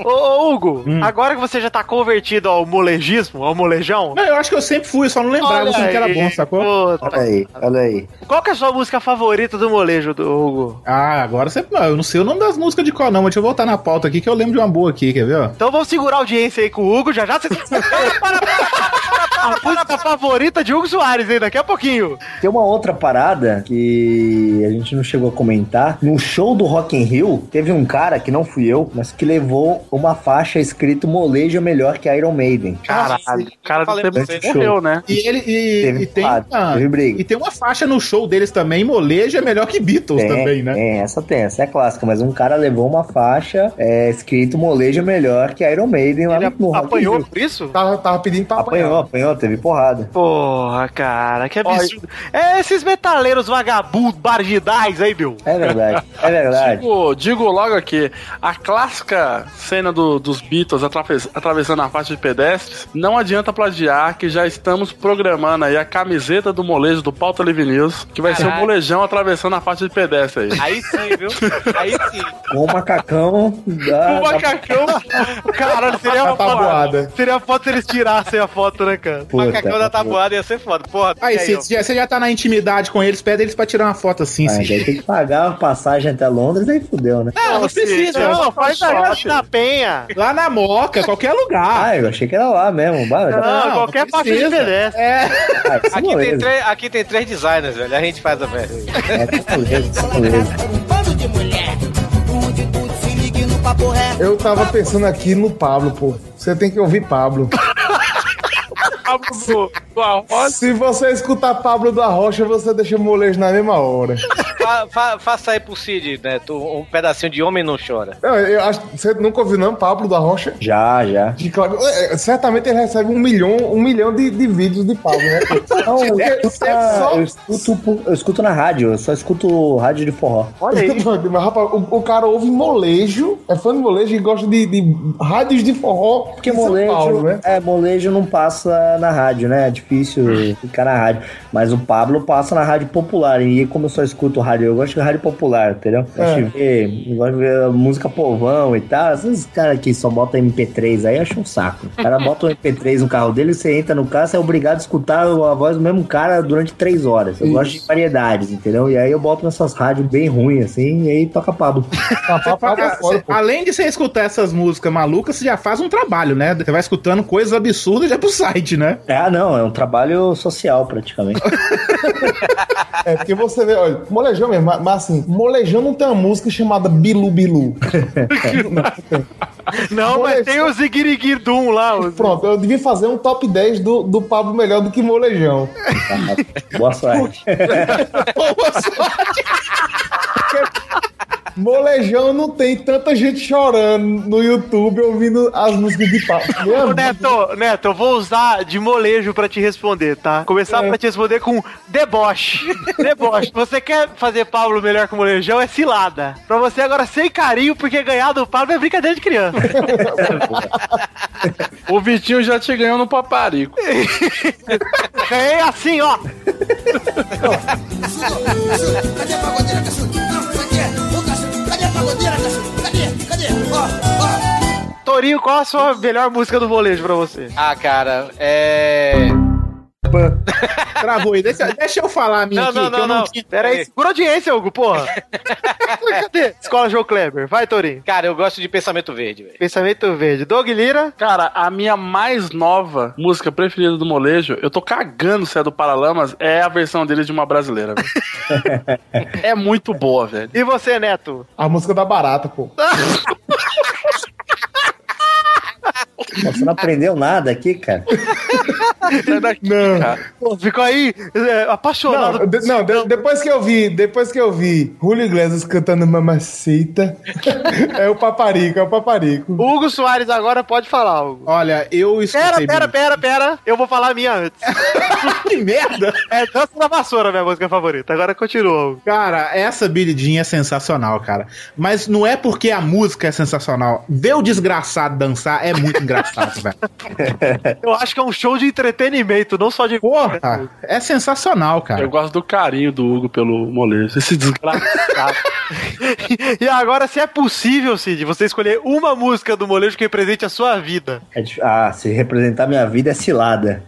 Ô, ô, Hugo, agora que você já tá convertido ao molejismo, ao molejão, Não, eu acho que eu sempre fui, só não lembrava Olha assim, que era aí, bom, sacou? puta. Olha aí, olha aí. qual que é a sua música favorita do molejo, do Hugo? Ah, agora você. não, Eu não sei o nome das músicas de qual não, mas deixa eu voltar na pauta aqui que eu lembro de uma boa aqui, quer ver? ó? Então vamos segurar a audiência aí com o Hugo, já já. Para, para, para, para, para, para. A música favorita de Hugo Soares, hein? Daqui a pouquinho. Tem uma outra parada que a gente não chegou a comentar. No show do Rock in Rio, teve um cara que não fui eu, mas que levou uma faixa escrito molejo é melhor que Iron Maiden. Caralho, o cara falei do pra tempo você. morreu, né? E ele e, Teve e tem fato, uma, teve briga. e tem uma faixa no show deles também, molejo é melhor que Beatles Tem, também, né? tem, essa tem, essa é clássica, mas um cara levou uma faixa é, escrito molejo é melhor que Iron Maiden lá no Rock in Rio. por isso? Tava, tava pedindo pra apanhar. Apanhou, apanhou, teve porrada. Porra, cara, que absurdo. É esses metaleiros vagabundos, bargidais aí, Bill. É verdade, é verdade. Digo, digo logo aqui, a clássica cena do- dos Beatles atraves- atravessando a faixa de pedestres, não adianta plagiar que já estamos programando aí a camiseta do molejo do Pauta Live News, que vai ser o Caralho. molejão atravessando a faixa de pedestre aí. Aí sim, viu? Aí sim. Com o macacão da, O macacão. Caralho, seria uma Da tabuada. foto. Seria uma foto se eles tirassem a foto, né, cara? Puta, Macacão da tabuada ia ser foda. Porra, Aí, e você ó? já, você já tá na intimidade com eles, pede eles pra tirar uma foto assim, Ah, assim. Ah, daí tem que pagar a passagem até Londres, daí fudeu, né? Não, não precisa. Não, assim. faz ali Sorte. na penha. Lá na Moca, qualquer lugar. Ah, eu achei que era lá mesmo. Bah, já- Não, qualquer parte de precisa. pedestre. É. Ah, isso é Aqui tem, moleza. três, aqui tem três designers, velho. A gente faz a merda. É, isso é moleza, isso é moleza. Um Bando de mulher. Onde tudo se ligue no papo reto. Eu tava pensando aqui no Pablo, pô. Você tem que ouvir Pablo. Pablo do Arrocha? Se você escutar Pablo do Arrocha, você deixa molejo na mesma hora. fa- fa- faça aí pro Cid, Neto, um pedacinho de Homem Não Chora. Não, eu acho, você nunca ouviu, não, Pablo da Rocha? Já, já. De Cláudio- é, certamente ele recebe um milhão, um milhão de, de vídeos de Pablo, né? Então, Eu você- escuto, você só- eu, escuto, por- eu escuto na rádio, eu só escuto rádio de forró. Olha aí. Mas, rapaz, o, o cara ouve molejo, é fã de molejo e gosta de, de rádios de forró. Porque molejo, né? é, molejo não passa na rádio, né? É difícil ficar na rádio. Mas o Pablo passa na rádio popular. E como eu só escuto rádio, eu gosto de rádio popular, entendeu? Eu Gosto, É. de ver, eu gosto de ver música povão e tal. Esses caras que só botam MP3 aí, acho um saco. O cara bota um MP3 no carro dele, você entra no carro, você é obrigado a escutar a voz do mesmo cara durante três horas. Eu Isso. gosto de variedades, entendeu? E aí eu boto nessas rádios bem ruins, assim, e aí toca Pablo. é, Você tá fala- você- além de você escutar essas músicas malucas, você já faz um trabalho, né? Você vai escutando coisas absurdas já pro site, né? Ah, não, é um trabalho social praticamente. É, porque você vê, olha, molejão mesmo, mas, mas assim, molejão não tem uma música chamada Bilu Bilu. Não, é mas tem o Zigiriguidum lá. os- Pronto, eu devia fazer um top 10 do, do Pablo melhor do que molejão. Boa sorte. Boa sorte. Porque molejão não tem tanta gente chorando no YouTube ouvindo as músicas de Pablo. Meu Ô, Neto, Neto, eu vou usar de molejo pra te responder, tá? Começar pra te responder com deboche. Deboche. Você quer fazer Pablo melhor que o molejão? É cilada. Pra você agora sem carinho, porque ganhar do Pablo é brincadeira de criança. O Vitinho já te ganhou no paparico. Ganhei assim, ó. Cadê a pagodeira, caçudo? Não, isso aqui é. Ô, caçudo, cadê a pagodeira, caçudo? Cadê? Cadê? Ó, ó. Torinho, qual a sua melhor música do molejo pra você? Ah, cara, é. Travou aí, deixa, deixa eu falar a minha Não, não, aqui, que eu não, não. tinha- Pera aí, segura a audiência, Hugo, porra. Cadê? Escola João Kleber. Vai, Torinho. Cara, eu gosto de Pensamento Verde, velho. Pensamento Verde. Doug Lira. Cara, a minha mais nova música preferida do molejo, eu tô cagando se é do Paralamas, é a versão dele de uma brasileira, velho. é muito boa, velho. E você, Neto? A música tá da barata, pô. Você não aprendeu nada aqui, cara. Não. Pô, ficou aí é, apaixonado. Não, de- não, de- depois que eu vi, depois que eu vi Julio Iglesias cantando Mamacita, é o paparico, é o paparico. Hugo Soares agora pode falar, Hugo. Olha, eu Pera, pera, pera, pera. Eu vou falar a minha antes. que merda! É Dança da Vassoura, minha música favorita. Agora continua, Hugo. Cara, essa Billie Jean é sensacional, cara. Mas não é porque a música é sensacional. Ver o desgraçado dançar é muito engraçado, velho. Eu acho que é um show de entretenimento, não só de. Porra! É sensacional, cara. Eu gosto do carinho do Hugo pelo molejo. Esse desgraçado. e agora, se é possível, Cid, você escolher uma música do molejo que represente a sua vida. É dif- Ah, se representar minha vida é cilada.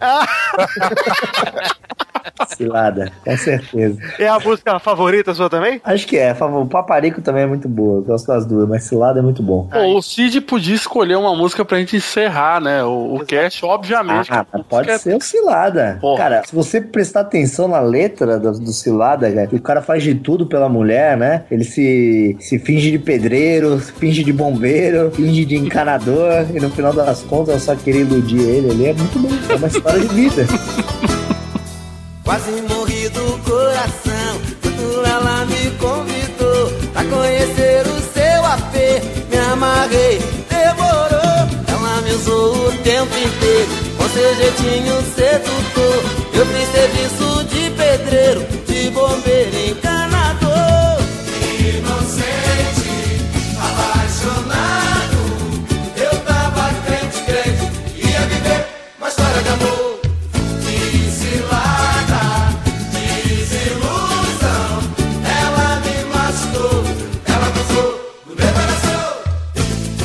cilada, com certeza. É a música favorita sua também? Acho que é. fa- O paparico também é muito boa. Eu gosto das duas, mas cilada é muito bom. Pô, o Cid podia escolher uma música pra gente encerrar, né? O, o cast, obviamente. Ah, mas é pode ser o cilada. Cara, se você prestar atenção na letra do, do cilada, cara, o cara faz de tudo pela mulher, né? Ele se, se finge de pedreiro, se finge de bombeiro, finge de encanador, e no final das contas eu só queria iludir ele. Ele é muito bom. É uma história de vida. Quase morri do coração quando ela me convidou pra conhecer o seu apê. Me amarrei, devorou. Ela me usou o tempo inteiro com seu jeitinho sedutor. Eu fiz serviço de pedreiro, de bombeiro encanador. Inocente, apaixonado, eu tava crente, crente, ia viver uma história de amor. Cilada, desilusão, ela me machucou, ela gozou no meu coração.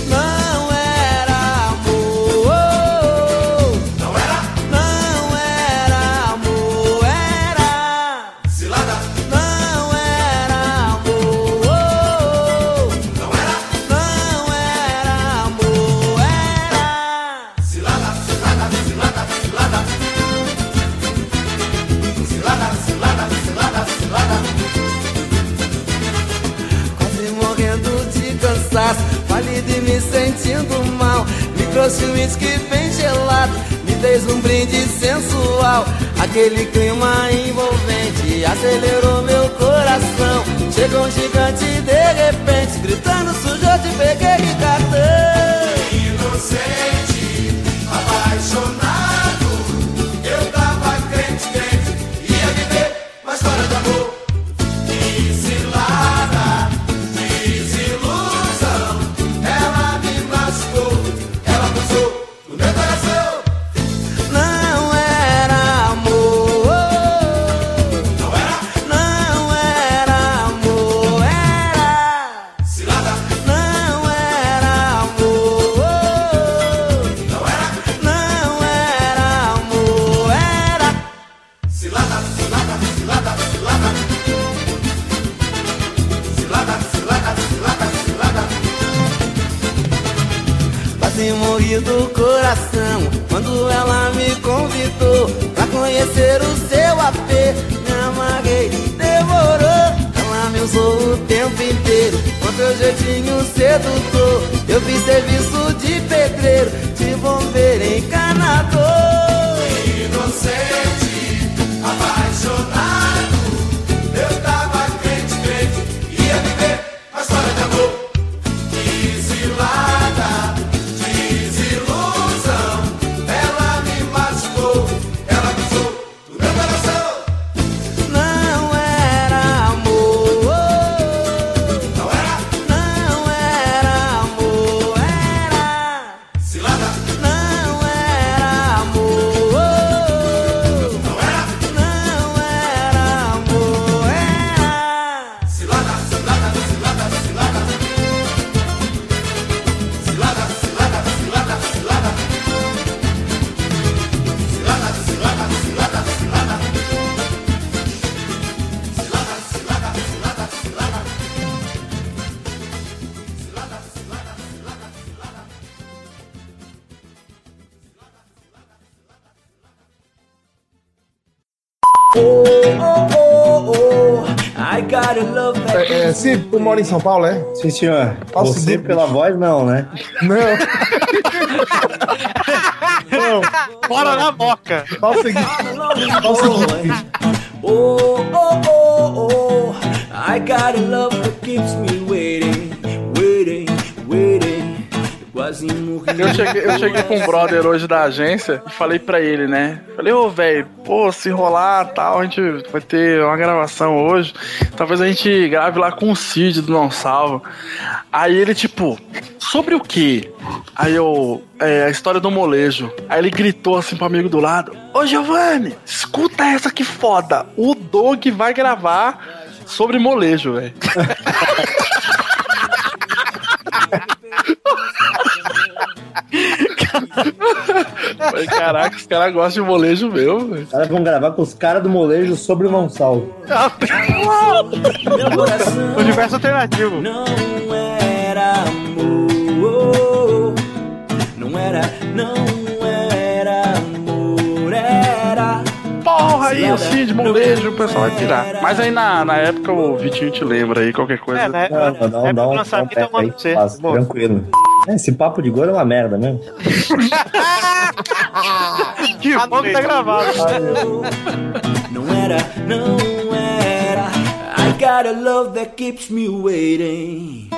Não era amor, não era, não era amor, era cilada. Não era amor, não era, não era amor, era cilada, cilada, cilada, cilada. Cilada, cilada, cilada, cilada. Quase morrendo de cansaço, falido e me sentindo mal. Me trouxe um uísque bem gelado, me fez um brinde sensual. sensual. Aquele clima envolvente acelerou meu coração. Chegou um gigante de repente, gritando: sujou de peguei de cartão. Inocente, apaixonado, eu tava crente, crente, ia viver uma história de amor. Cilada, desilusão, ela me machucou, ela pulsou no meu coração. Não era amor, não era, não era amor, era cilada. Não era amor, não era, não era amor, era cilada, cilada, cilada, cilada. Cilada, cilada, cilada, cilada. Quase morri do coração quando ela me convidou pra conhecer o seu apê. Me amarrei, demorou. Ela me usou o tempo inteiro com seu jeitinho sedutor. Eu fiz serviço de pedreiro, de bombeiro encanador. Inocente, apaixonado. Eu tava crente, crente, ia viver uma história de amor. Desilada, desilusão, ela me machucou, ela pisou no meu coração. Não era amor, não era, não era amor, era cilada. Não era amor, não era, não era amor, era cilada, cilada, cilada, cilada. Cilada, cilada, cilada, cilada. Cilada, cilada, cilada, cilada. Cilada, cilada, cilada, cilada. Cilada, cilada, cilada, cilada. Oh, I gotta love that. É, é, se tu mora em São Paulo, é? Sim, senhor. Posso Você dizer, pela voz, não, né? Não. Bora na moca. Qual o seguinte? Qual o seguinte? Oh, oh, oh, oh, I got a love that keeps me waiting, waiting, waiting. Quase morri. Eu cheguei, eu cheguei com um brother hoje da agência e falei pra ele, né? Falei, ô, velho, pô, se rolar tal, a gente vai ter uma gravação hoje. Talvez a gente grave lá com o Cid do Não Salvo. Aí ele, tipo, sobre o quê? Aí eu, é, a história do molejo. Aí ele gritou assim pro amigo do lado: Ô, Giovanni, escuta essa que foda. O Doug vai gravar sobre molejo, velho. Falei, Caraca, os caras gostam de molejo meu, velho. Os caras vão gravar com os caras do molejo sobre o Não Salvo. Universo alternativo. era amor. Não era, não era amor, era. Porra, aí o Cid, molejo, o pessoal vai tirar. Mas aí na, na época o Vitinho te lembra aí, qualquer coisa. É, né? Não, não, não, não, não, lançamento eu pera mando aí, pra você. passa, Bom. tranquilo. É, Esse papo de gordo é uma merda mesmo. Que bom que tá gravado. Não era, não era. I got a love that keeps me waiting.